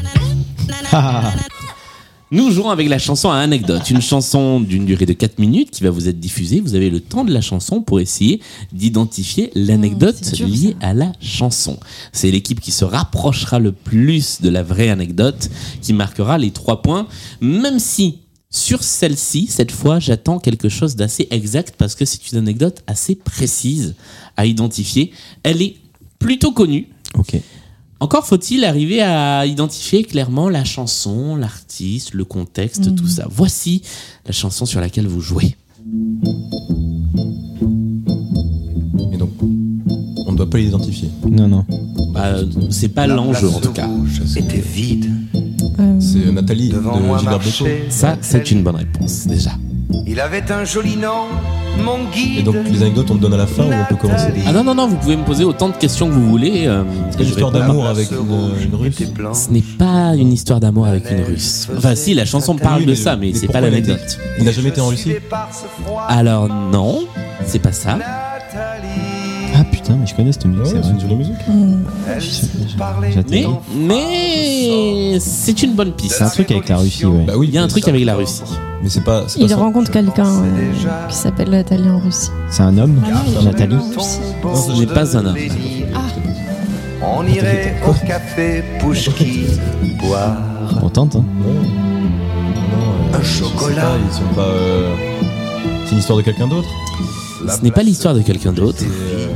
Nous jouons avec la chanson à anecdote, une chanson d'une durée de 4 minutes qui va vous être diffusée. Vous avez le temps de la chanson pour essayer d'identifier l'anecdote liée à la chanson. C'est l'équipe qui se rapprochera le plus de la vraie anecdote qui marquera les 3 points, même si sur celle-ci, cette fois, j'attends quelque chose d'assez exact parce que c'est une anecdote assez précise à identifier. Elle est plutôt connue. Ok. Encore faut-il arriver à identifier clairement la chanson, l'artiste, le contexte, tout ça. Voici la chanson sur laquelle vous jouez. Et donc, on ne doit pas les identifier. Non, non. Bah, euh, c'est pas La l'enjeu place en tout cas. C'était vide. Euh. C'est euh, Nathalie de Devant moi Gilbert marchait Bécaud. Ça, c'est une bonne réponse déjà. Il avait un joli nom, mon guide. Et donc, les anecdotes, on me donne à la fin ou on peut commencer Ah non, non, non, vous pouvez me poser autant de questions que vous voulez. euh, C'est une je histoire réponds pas. d'amour avec une, euh, une russe. Ce n'est pas une histoire d'amour avec une russe. Enfin, si, la chanson parle Oui, de mais- ça, mais mais c'est pas pourquoi il a été- l'anecdote. Il n'a jamais été en Russie Ah, Alors, non, c'est pas ça. Ah putain, mais je connais cette musique, c'est vrai. une jolie musique. Mais, mais c'est une bonne piste. C'est un truc avec la Russie, ouais. Bah oui, Il y a un truc avec la Russie. mais c'est pas. c'est pas Il ça. rencontre quelqu'un euh, qui s'appelle Nathalie en Russie. C'est un homme, Ah non, il- Nathalie. Non, ce n'est pas un homme. Ah. On irait au café Pouchki boire On tente, hein. un Ah, chocolat. ils sont pas. euh, C'est une histoire de quelqu'un d'autre Ce n'est pas l'histoire de quelqu'un d'autre. euh,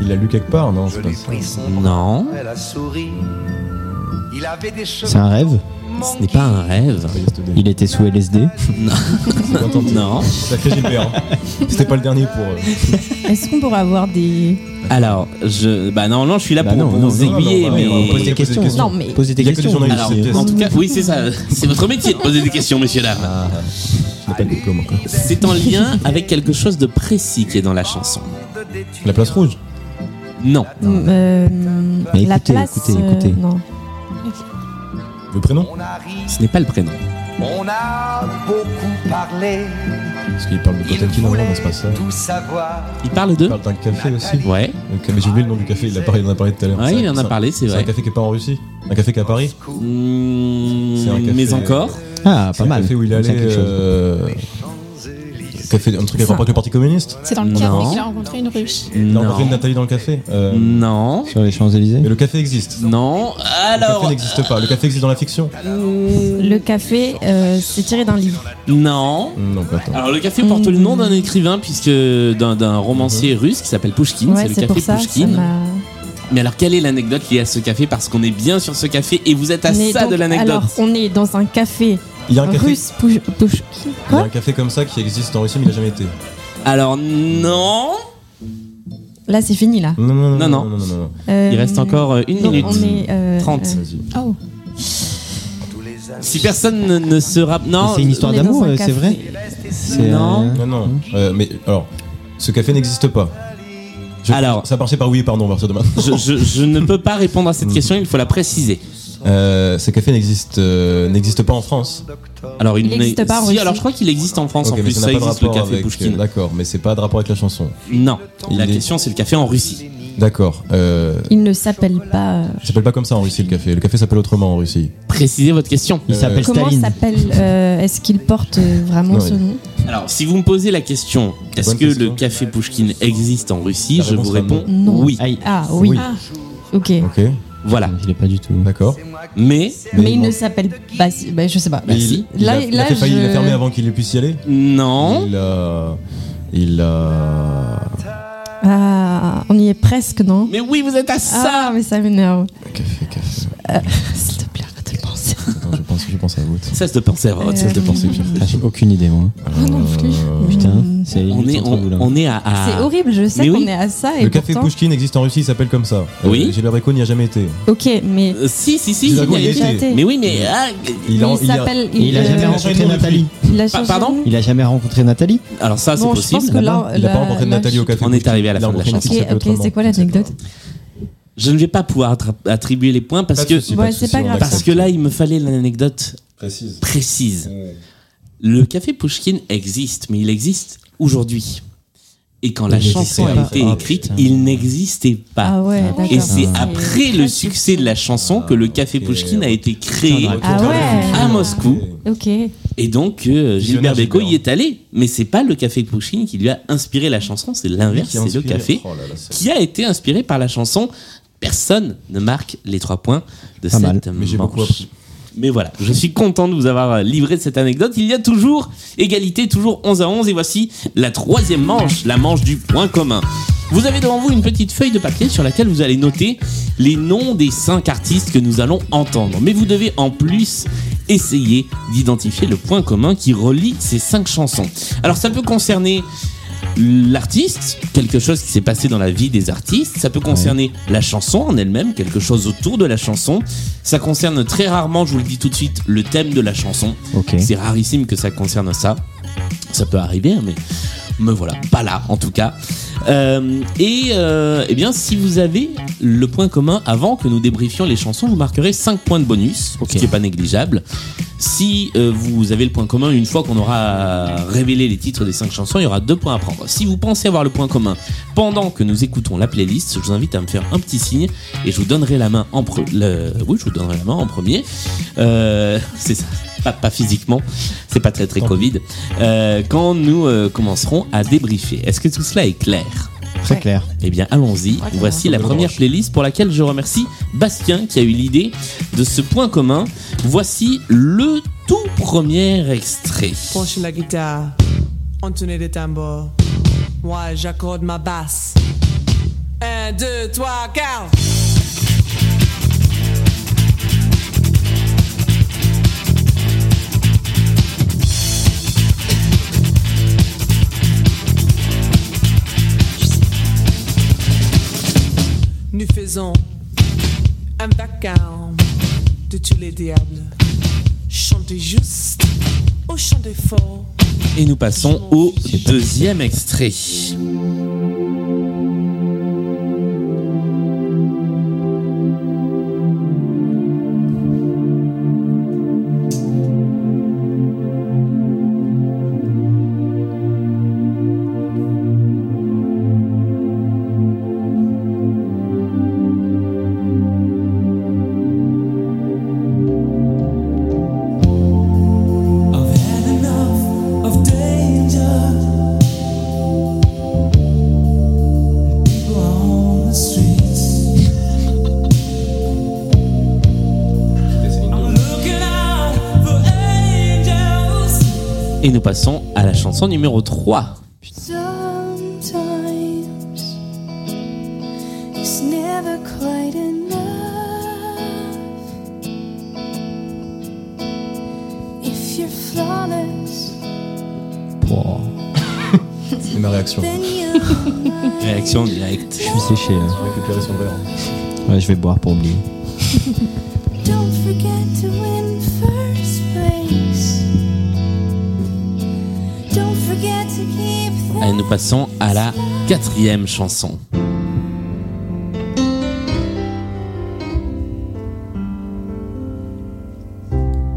Il l'a lu quelque part, non C'est pas ça. Non, Elle a souri. Il avait des cheveux. C'est un rêve. ce n'est pas un rêve. Il était sous LSD. Non. non. Sacré Gilbert. hein. C'était pas le dernier pour. euh, Est-ce qu'on pourrait avoir des. Alors, je, bah non, non, je suis là Bah pour non, non, vous non, non, aiguiller, on va- mais on va poser des questions. Non, mais- Poser des Il y a que questions. des journalistes. Alors, Yes. en tout cas, oui, c'est ça. C'est votre métier de poser des questions, messieurs dames. Ah. Je n'ai pas de diplôme encore. C'est en lien avec quelque chose de précis qui est dans la chanson. La place rouge Non. Mm, euh, Mais la écoutez, place. euh, écoutez, écoutez. non. Le prénom Ce n'est pas le prénom. On a beaucoup parlé. Parce qu'il parle de Cotton Kin avant, mais c'est pas ça. euh, Tout savoir. Il parle de Il parle d'un café aussi. Ouais. Ok, mais j'ai oublié le nom du café, il, a parlé, il en a parlé tout à l'heure. Ouais, C'est il un- en a c'est un- parlé, c'est C'est vrai. un café qui est pas en Russie Un café qui est à Paris Mmh, C'est un café- mais encore. Ah, C'est pas Un mal. café où il Comme ça, allait. quelque chose. euh, Café, un truc avec rapport avec le Parti communiste C'est dans le Non. café qu'il a rencontré une ruche. Il a rencontré Non. Nathalie dans le café Euh, Non. Sur les Champs-Élysées. Mais le café existe. Non. Le café Alors. n'existe pas. Le café existe dans la fiction Le café, euh, c'est tiré d'un livre. Non. Non, pas tant. Alors le café porte le nom d'un écrivain puisque d'un d'un Mhm. romancier russe qui s'appelle Pushkin, ouais, c'est le c'est pour café ça. ça Pushkin. m'a- Mais alors quelle est l'anecdote liée à ce café parce qu'on est bien sur ce café et vous êtes à Mais ça donc, de l'anecdote. Alors, on est dans un café Il y a un café, russe Pouch- Pouchki. il y a Quoi un café comme ça qui existe en Russie, mais il n'a jamais été. Alors non. Euh, Là, c'est fini, là. Non, non, non. Non, non. non, non, non, non. Il reste encore euh, une donc, minute. On est, euh, 30. euh, Vas-y. Oh. Si personne ne, ne se rappelle, non. C'est une histoire on est dans d'amour, un euh, c'est café. vrai C'est, Non. euh, Non, non. Euh, mais alors, ce café n'existe pas. Je- Alors. Ça partait par oui et par non à partir de maintenant. Je, je- je ne peux pas répondre à cette Hmm. question, il faut la préciser. Euh, ce café n'existe euh, n'existe pas en France. Alors Il n'existe pas en si, Russie. alors je crois qu'il existe en France Ok, en mais plus, n'a ça pas de existe le rapport café avec- euh, Pushkin. D'accord, mais c'est pas de rapport avec la chanson. Non, la Il est- question c'est le café en Russie. D'accord. Euh, Il ne s'appelle pas. euh, ça s'appelle pas comme ça en Russie le café. Le café s'appelle autrement en Russie. Précisez votre question. Il Euh, s'appelle Comment Staline. s'appelle euh, Est-ce qu'il porte euh, vraiment Non, ce il- nom Alors, si vous me posez la question, est-ce Hmm. bonne que question. le café Pushkin existe en Russie La Je vous réponse sera réponds non. oui. Ah, il- Ah oui. Oui. Ok. Ok. Voilà. Il est pas du tout. D'accord. Mais Mais il bon. ne s'appelle. Bah, si- bah, je sais pas. Mais il- si. il a- Là- il a là, fait failli- il a je- fermé avant qu'il puisse y aller. non. Il a. Il euh, a. Ah, on y est presque, non Mais oui, vous êtes à ça. Ah, mais ça m'énerve. Café, café. S'il te plaît, arrête de le penser. Attends, je pense, je pense à vous. Cesse de penser à votre. Euh, de penser, Pierre. Ah, J'ai aucune idée, moi. euh, Moi non plus. Putain. Hmm. C'est On est, limite entre on, vous, là. on est à. à- C'est horrible, je sais Ah. Mais qu'on oui. est à ça. Et Le café pourtant- Pouchkine existe en Russie, il s'appelle comme ça. Oui. Euh, Gilbert Bécaud n'y a jamais été. Ok, mais. Euh, Si, si, si. Il a y déjà a- été. Mais oui, mais. ah, Mais en- il a- s'appelle- Et il a il, jamais euh, rencontré Nathalie. Il a Pa- changé pardon de nom Il a jamais rencontré Nathalie. Alors ça, c'est Bon, je pense possible. que là. Il n'a pas là- rencontré là, Nathalie je- au café On est Pouchkine. arrivé à la Il a fin de la rencontré chanson. Nathalie, ça Ok, peut ok, autrement. c'est quoi l'anecdote Je ne vais pas pouvoir attra- attribuer les points parce Pas de que souci, Ouais, pas de c'est souci, pas on grave. Ah accepte. parce que là, il me fallait l'anecdote Précise. précise. Le café Pushkin existe, mais il existe aujourd'hui. Et quand Bah, la Il chanson a n'existait été pas. Ah, écrite, putain. il n'existait Ah pas. ouais, d'accord. Et c'est Ah. après le succès de la chanson que le café Ah, ok. Pushkin a été créé Putain, on aurait pu Ah faire ouais. le à film. Moscou. Ok. Et donc, euh, Gilbert Visionnaire, Bécaud y est Gilbert. allé. Mais c'est pas le café Pushkin qui lui a inspiré la chanson, c'est l'inverse, Qui a c'est le inspiré- café Oh là là, c'est- qui a été inspiré par la chanson. Personne ne marque les trois points de Pas cette mal, manche. mais j'ai beaucoup appris. Mais voilà, je suis content de vous avoir euh, livré cette anecdote. Il y a toujours égalité, toujours 11 à 11. Et voici la troisième manche, la manche du point commun. Vous avez devant vous une petite feuille de papier sur laquelle vous allez noter les noms des cinq artistes que nous allons entendre. Mais vous devez en plus essayer d'identifier le point commun qui relie ces cinq chansons. Alors ça peut concerner l'artiste, quelque chose qui s'est passé dans la vie des artistes, ça peut concerner la chanson en elle-même, quelque chose autour de la chanson, ça concerne très rarement, je vous le dis tout de suite, le thème de la chanson, Ok. c'est rarissime que ça concerne ça, ça peut arriver, hein, mais me voilà, pas là en tout cas. Euh, et euh, eh bien, si vous avez le point commun avant que nous débriefions les chansons, vous marquerez 5 points de bonus, ce qui est pas négligeable. Si euh, vous avez le point commun, une fois qu'on aura révélé les titres des 5 chansons, il y aura 2 points à prendre. Si vous pensez avoir le point commun pendant que nous écoutons la playlist, je vous invite à me faire un petit signe et je vous donnerai la main en pre- le- oui, je vous donnerai la main en premier. Euh, c'est ça, pas, pas physiquement, c'est pas très très Tant Covid. Euh, quand nous euh, commencerons à débriefer. Est-ce que tout cela est clair Très clair. eh bien, allons-y. Ouais, Voici ça la me première branche. playlist pour laquelle je remercie Bastien qui a eu l'idée de ce point commun. Voici le tout premier extrait. Penche la guitare, on tournait des tambours. Moi, j'accorde ma basse. Un, deux, trois, quatre. Nous faisons un vacarme de tous les diables. Chantez juste ou chantez fort. Et nous passons au deuxième extrait. I've had enough of danger. People on the streets. I'm looking out for angels. Et nous passons à la chanson numéro 3. Sometimes it's never quite enough. If you're flawless, Pouah, C'est ma réaction. then you Réaction directe. je suis séché. là. Récupérer son verre. Ouais, je vais boire pour oublier. don't forget to win first place. Don't forget to keep Et nous passons à la quatrième chanson.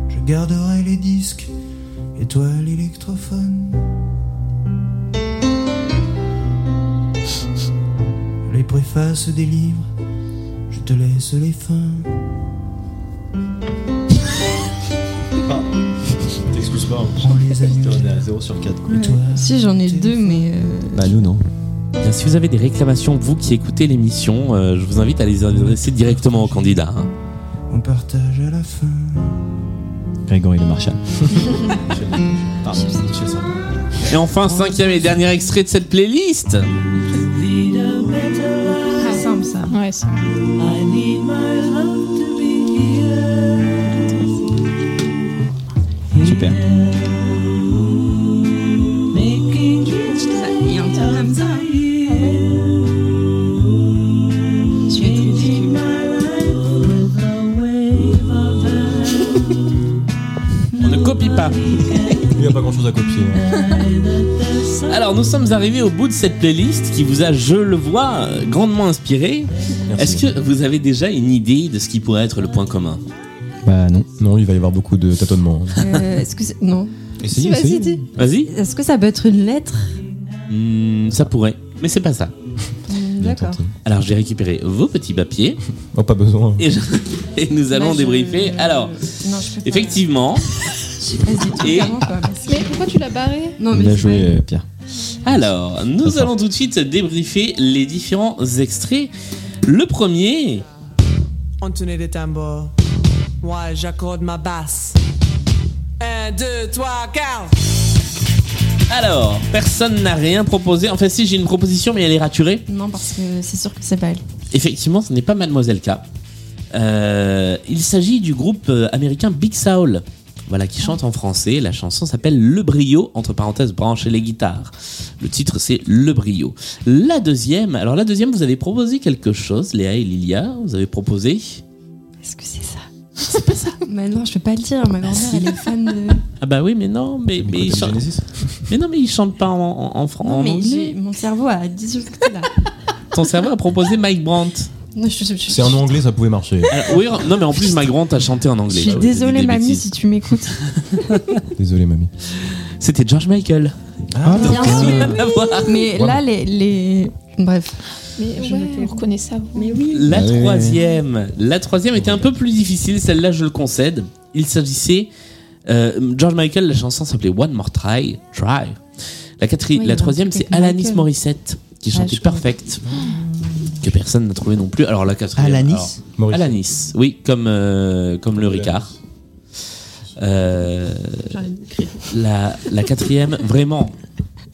Je garderai les disques et toi l'électrophone. Les préfaces des livres, je te laisse les fins. T'excuses pas. hein. Prends les annulaires. à 0 sur 4. Et toi, Si, j'en ai deux, mais. euh, Bah, nous, non. Bien, si vous avez des réclamations, vous qui écoutez l'émission, euh, je vous invite à les adresser directement au candidat. hein. on partage à la fin. Grégory Le Marchal. Et enfin, cinquième et dernier extrait de cette playlist. Lead a better life. C'est simple, ça. Ouais, c'est- I need my love to be healed. Super. Making each Voilà. Il n'y a pas grand chose à copier. hein. Alors nous sommes arrivés au bout de cette playlist qui vous a, je le vois, grandement inspiré. Est-ce que vous avez déjà une idée de ce qui pourrait être le point commun Bah non. Non, il va y avoir beaucoup de tâtonnements. Euh, Est-ce que c'est- non Essayez, Vas-y, essayez. dis. Vas-y. Est-ce que ça peut être une lettre Hmm, ça pourrait, mais c'est pas ça. D'accord. Alors j'ai récupéré vos petits papiers Oh, pas besoin. et, je- et nous allons Bah, je- débriefer. Alors, Non, je peux pas. effectivement, Vas-y, Et- tout avant, quoi. Merci. Mais Eh, pourquoi tu l'as barré Non, mais Bien c'est joué, vrai. euh, Pierre. Alors, nous allons tout de suite débriefer les différents extraits. Le premier, On tenait des tambours. Moi, j'accorde ma basse. Un, deux, trois, quatre. alors, personne n'a rien proposé. Enfin, si, j'ai une proposition, mais elle est raturée. Non, parce que c'est sûr que c'est pas elle. Effectivement, ce n'est pas Mademoiselle K. Euh, il s'agit du groupe euh, américain Big Soul. Voilà, qui chante en français. La chanson s'appelle Le Brio, entre parenthèses, branche et les guitares. Le titre, c'est Le Brio. La deuxième, alors la deuxième, vous avez proposé quelque chose, Léa et Lilia. Vous avez proposé. Est-ce que c'est ça C'est pas ça. Mais non, je peux pas le dire. Ma grand-mère, elle est fan de. Ah bah oui, mais non, mais, mais ils chantent. Mais non, mais ils chantent pas en, en, en, fran- Non, en mais anglais. j'ai- mon cerveau a disjoncté là. Ton cerveau a proposé Mike Brandt. Non, je, je- je- C'est un nom anglais, ça pouvait marcher. Alors, Ah, oui, non, mais en plus, Mike Brandt a chanté en je anglais. suis Des- désolée, des mamie, bêtises. si tu m'écoutes. Désolé, mamie. C'était George Michael. Ah, Bien sûr. Rien à voir. Mais là, les. les... Bref. Mais ouais, on reconnaît ça. Mais oui. La Ah oui, oui, oui. troisième. La troisième était un peu plus difficile, celle-là, je le concède. Il s'agissait. euh, George Michael, la chanson s'appelait One More Try. Try. La, quatri- Oui, il y a la un troisième, truc c'est avec Alanis Michael. Morissette qui Ah, chantait je Perfect. Que personne n'a trouvé non plus. Alors la quatrième. Alanis alors, Alanis, oui, comme, euh, comme le Ricard. Euh, la, la quatrième, vraiment,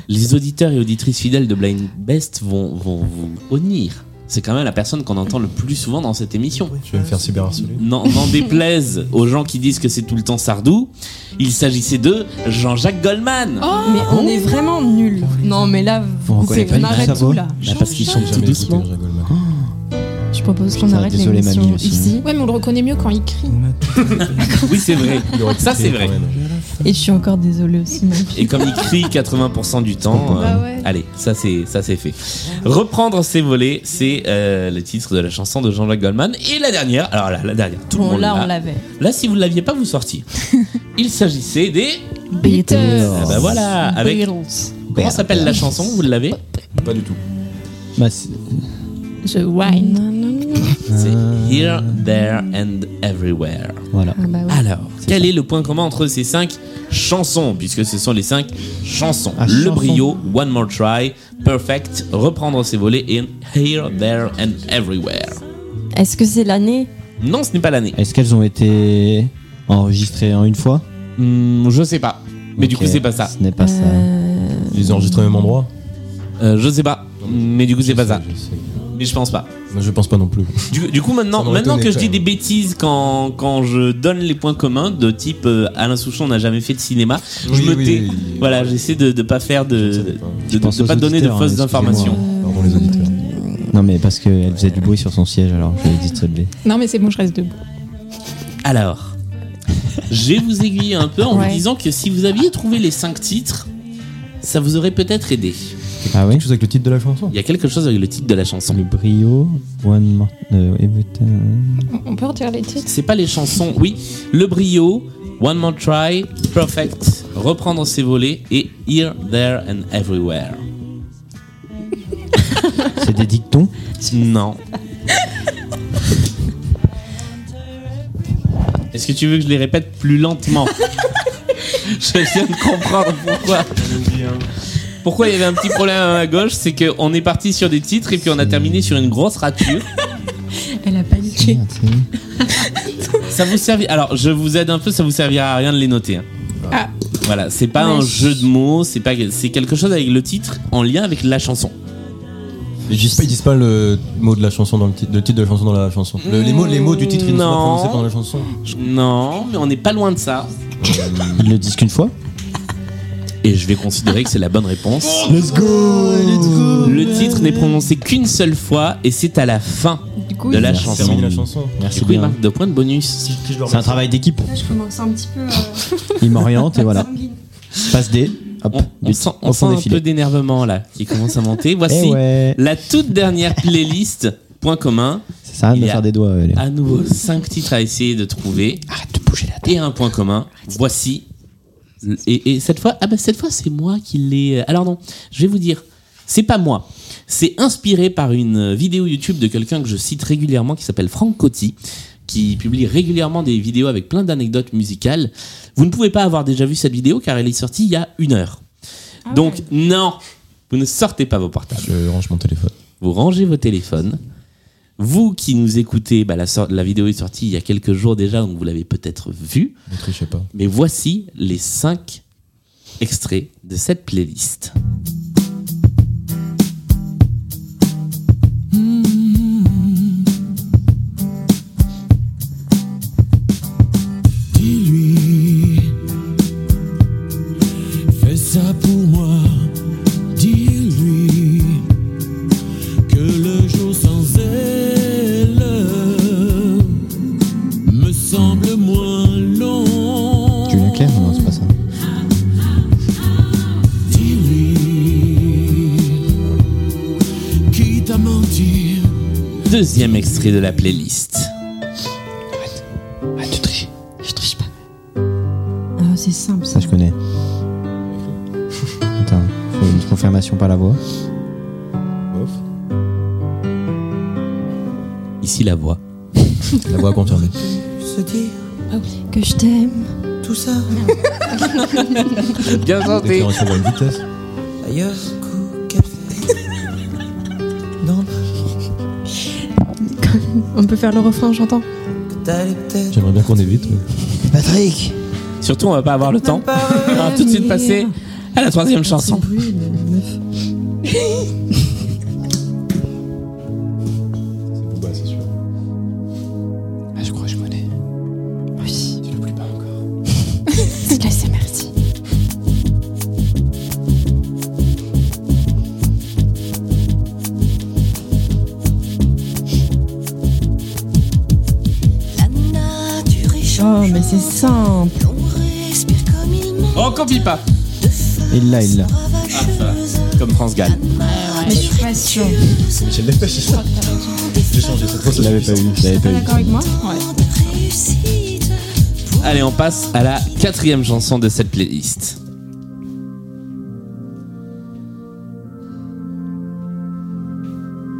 les auditeurs et auditrices fidèles de Blind Best vont, vont vous honnir. C'est quand même la personne qu'on entend le plus souvent dans cette émission. Je vais me faire cyberharceler. N'en n'en déplaise aux gens qui disent que c'est tout le temps Sardou, il s'agissait de Jean-Jacques Goldman. Mais on est vraiment nuls. Non, mais là, On vous- reconnaît c'est- pas on du tout sa arrête tout voix. là. Bah, parce qu'il chante tout Jamais écouté doucement. Hein Roger Goldman. Je propose qu'on Putain, arrête désolé, l'émission mamie, aussi. ici. Ouais, mais on le reconnaît mieux quand il crie. Oui, c'est vrai. Il aurait pu Ça, c'est crier vrai. quand même. Et je suis encore désolée aussi, mamie. Et comme il crie 80% du temps, Bah euh, ouais. allez, ça c'est ça c'est fait. Reprendre ses volets, c'est euh, le titre de la chanson de Jean-Jacques Goldman. Et la dernière, alors là, la dernière, tout le Bon, monde là, l'a. on l'avait. Là, si vous ne l'aviez pas, vous sortiez. Il s'agissait des. Beatles. Ah bah voilà, avec. Beatles. Comment s'appelle la chanson Vous l'avez Pas du tout. Bah, c'est- Je whine. Non, non, non. C'est Here, There and Everywhere. voilà. Ah bah ouais. Alors, quel est le point commun entre ces cinq chansons Puisque ce sont les cinq chansons. Ah, le chanson. brio, One More Try, Perfect, Reprendre ses volets et Here, There and Everywhere. Est-ce que c'est l'année Non, ce n'est pas l'année. Est-ce qu'elles ont été enregistrées en une fois Hmm, je sais pas. Mais du Ok, coup, c'est pas ça. Ce n'est pas Ah, ça. Euh, Ils enregistrent au même endroit Euh, je sais pas. Mais du coup, c'est pas ça. Je sais. Mais je pense pas. Moi, je pense pas non plus. Du, du coup, maintenant, Ça m'aurait maintenant étonné que je quand dis des même. bêtises quand, quand je donne les points communs de type euh, Alain Souchon n'a jamais fait de cinéma, je Oui, me oui, tais. oui, oui. Voilà, j'essaie de ne pas faire de. Je ne savais de, pas. Je pense de aux pas donner de auditeurs, hein, fausses excusez-moi. informations. Pardon, les auditeurs. Non, mais parce qu'elle faisait du bruit sur son siège, alors je l'ai dit de se lever. Non, mais c'est bon, je reste debout. Alors, je vais vous aiguiller un peu en Ouais. vous disant que si vous aviez trouvé les cinq titres, ça vous aurait peut-être aidé. Ah oui Quelque chose avec le titre de la chanson Il y a quelque chose avec le titre de la chanson. Le brio, One More. euh, every time. On- On peut redire les titres C'est pas les chansons, oui. Le brio, One More Try, Perfect, Reprendre ses volets et Here, There and Everywhere. C'est des dictons Non. Est-ce que tu veux que je les répète plus lentement Je viens de comprendre pourquoi. Pourquoi il y avait un petit problème à ma gauche, c'est qu'on est parti sur des titres et puis on a terminé sur une grosse rature. Elle a paniqué. Ah, tu sais. Ça vous servit Alors, je vous aide un peu, ça vous servira à rien de les noter. hein. Ah. Voilà, c'est pas Ouais. un jeu de mots, c'est pas, c'est quelque chose avec le titre en lien avec la chanson. Ils disent, pas, ils disent pas le mot de la chanson dans le titre, le titre de la chanson dans la chanson. Le- les, mots, les mots du titre ils ne sont pas Non. prononcés pendant la chanson. Non, mais on n'est pas loin de ça. Ils le disent qu'une fois Et je vais considérer que c'est la bonne réponse. Let's go Le titre n'est prononcé qu'une seule fois et c'est à la fin. Du coup, de il- la Merci, chanson. termine la chanson. Merci du coup, il bien. marque deux points de bonus. C'est un travail d'équipe. Là, je commence un petit peu. euh, Il m'oriente et voilà. sanguine. Passe D. Hop. On sent, on On sent s'en un défile. peu d'énervement là qui commence à monter. Voici Eh ouais. la toute dernière playlist. Point commun. Ça sert à rien de Il me y a Ah. faire des doigts. allez. À nouveau, 5 titres à essayer de trouver. Arrête de bouger la tête. Et un point commun. Voici. Et, et cette fois, ah bah cette fois, c'est moi qui l'ai. euh, Alors non, je vais vous dire, c'est pas moi. C'est inspiré par une euh, vidéo YouTube de quelqu'un que je cite régulièrement qui s'appelle Franck Coty, qui publie régulièrement des vidéos avec plein d'anecdotes musicales. Vous ne pouvez pas avoir déjà vu cette vidéo car elle est sortie il y a une heure. Donc non, vous ne sortez pas vos portables. Je range mon téléphone. Vous rangez vos téléphones. Vous qui nous écoutez, bah, la, sor- la vidéo est sortie il y a quelques jours déjà, donc vous l'avez peut-être vue. Ne trichez pas. Mais voici les cinq extraits de cette playlist. Dis-lui, fais ça pour moi. Dis-lui que le jour sans elle me semble moins long. Julien Clerc, non, c'est pas ça. Qui t'a menti? Deuxième extrait de la playlist. Ah, tu triches. Je triche pas. Ah, c'est simple ça. Ça, je connais. Attends, faut une confirmation par la voix. Ici la voix. La voix confirmée. Se dire que je t'aime. Tout ça. Bien Déclaration à une vitesse. D'ailleurs, on peut faire le refrain, j'entends. J'aimerais bien qu'on évite. Patrick. Surtout, on va pas avoir le temps. On va tout de suite passer à la troisième chanson. C'est Booba, c'est sûr. Ah, je crois que je connais. Oui. Tu l'oublies pas encore. Là, c'est merci. Oh, mais c'est simple. Oh, copie pas Il l'a, il l'a. Ah, ça va. Comme France Gall. Mais je suis pas sûre. Michel Delpech, c'est ça. J'ai changé cette fois. Je l'avais pas eu. Je l'avais pas eu. D'accord avec moi Allez, on passe à la quatrième chanson de cette playlist.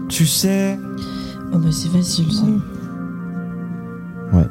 Tu sais. Oh, bah c'est facile ça. Ouais.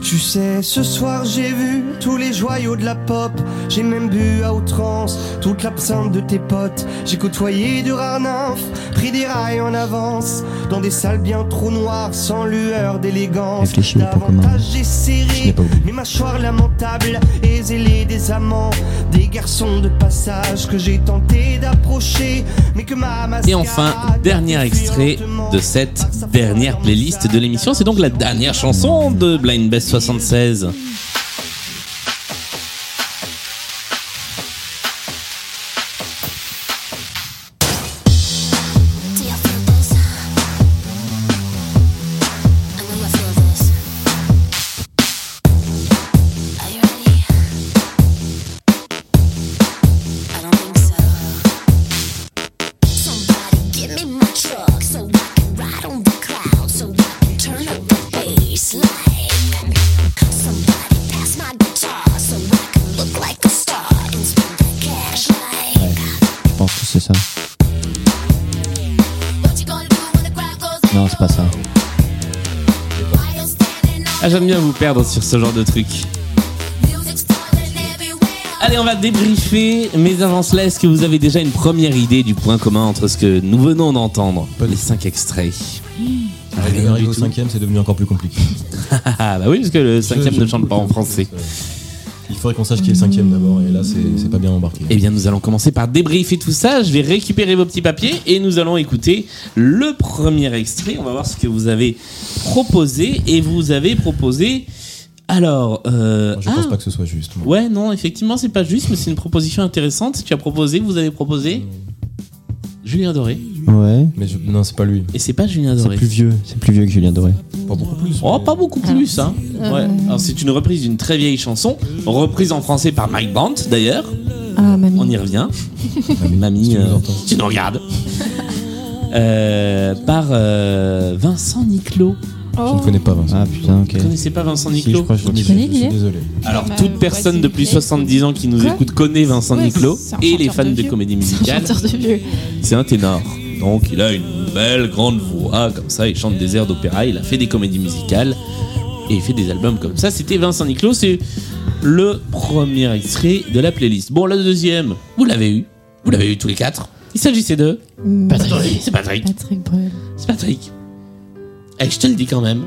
Tu sais, ce soir j'ai vu tous les joyaux de la pop. J'ai même bu à outrance toute l'absinthe de tes potes. J'ai côtoyé de rares nymphes, pris des rails en avance. Dans des salles bien trop noires, sans lueur d'élégance. Réfléchis au point commun. Davantage j'ai Je n'ai serré pas oublié. mes mâchoires lamentables et zélé des amants. Des garçons de passage que j'ai tenté d'approcher, mais que ma Et enfin, dernier extrait de cette dernière playlist de l'émission. C'est donc la dernière chanson de Blind Best 76. Je pense que c'est ça. Non, c'est pas ça. Ah, j'aime bien vous perdre sur ce genre de truc. Allez, on va débriefer. Mais avant cela, est-ce que vous avez déjà une première idée du point commun entre ce que nous venons d'entendre Les cinq extraits. Arrivé arrivé au cinquième, c'est devenu encore plus compliqué. Euh, Ah bah oui, parce que le cinquième ne chante pas en français. Il faudrait qu'on sache qui est le cinquième d'abord, et là, c'est c'est pas bien embarqué. Eh bien, nous allons commencer par débriefer tout ça. Je vais récupérer vos petits papiers et nous allons écouter le premier extrait. On va voir ce que vous avez proposé. Et vous avez proposé. Alors. euh, Je pense ah, pas que ce soit juste. moi. Ouais, non, effectivement, c'est Hmm. pas juste, mais c'est une proposition intéressante. Tu as proposé, vous avez proposé. Julien Doré. Ouais. Mais je- non, c'est pas lui. Et c'est pas Julien C'est Doré. plus vieux, c'est plus vieux que Julien Doré. Pas beaucoup plus. Oh, pas beaucoup plus, hein. Euh. Ouais. Alors, c'est une reprise d'une très vieille chanson, reprise en français par Mike Brandt, d'ailleurs. Ah, mamie. On y revient. Mamie, euh, tu nous regardes. Euh, par euh, Vincent Niclot. Je ne connais pas Vincent. Ah putain, ok. Vous connaissez pas Vincent Si, Niclot je crois que je Je l'ai suis connais, Guillet désolé. Alors, Bah, toute ouais, personne c'est de plus de Niclot. 70 ans qui nous Quoi écoute connaît Vincent Ouais, Niclot c'est un et les chanteur fans de de vieux. comédie musicale. Chanteur de vieux. C'est un ténor. Donc il a une belle grande voix comme ça, il chante des airs d'opéra, il a fait des comédies musicales et il fait des albums comme ça. C'était Vincent Niclot, c'est le premier extrait de la playlist. Bon, le deuxième, vous l'avez eu, vous l'avez eu tous les quatre. Il s'agissait de Patrick, c'est Patrick, Patrick Bruel. c'est Patrick. Et je te le dis quand même.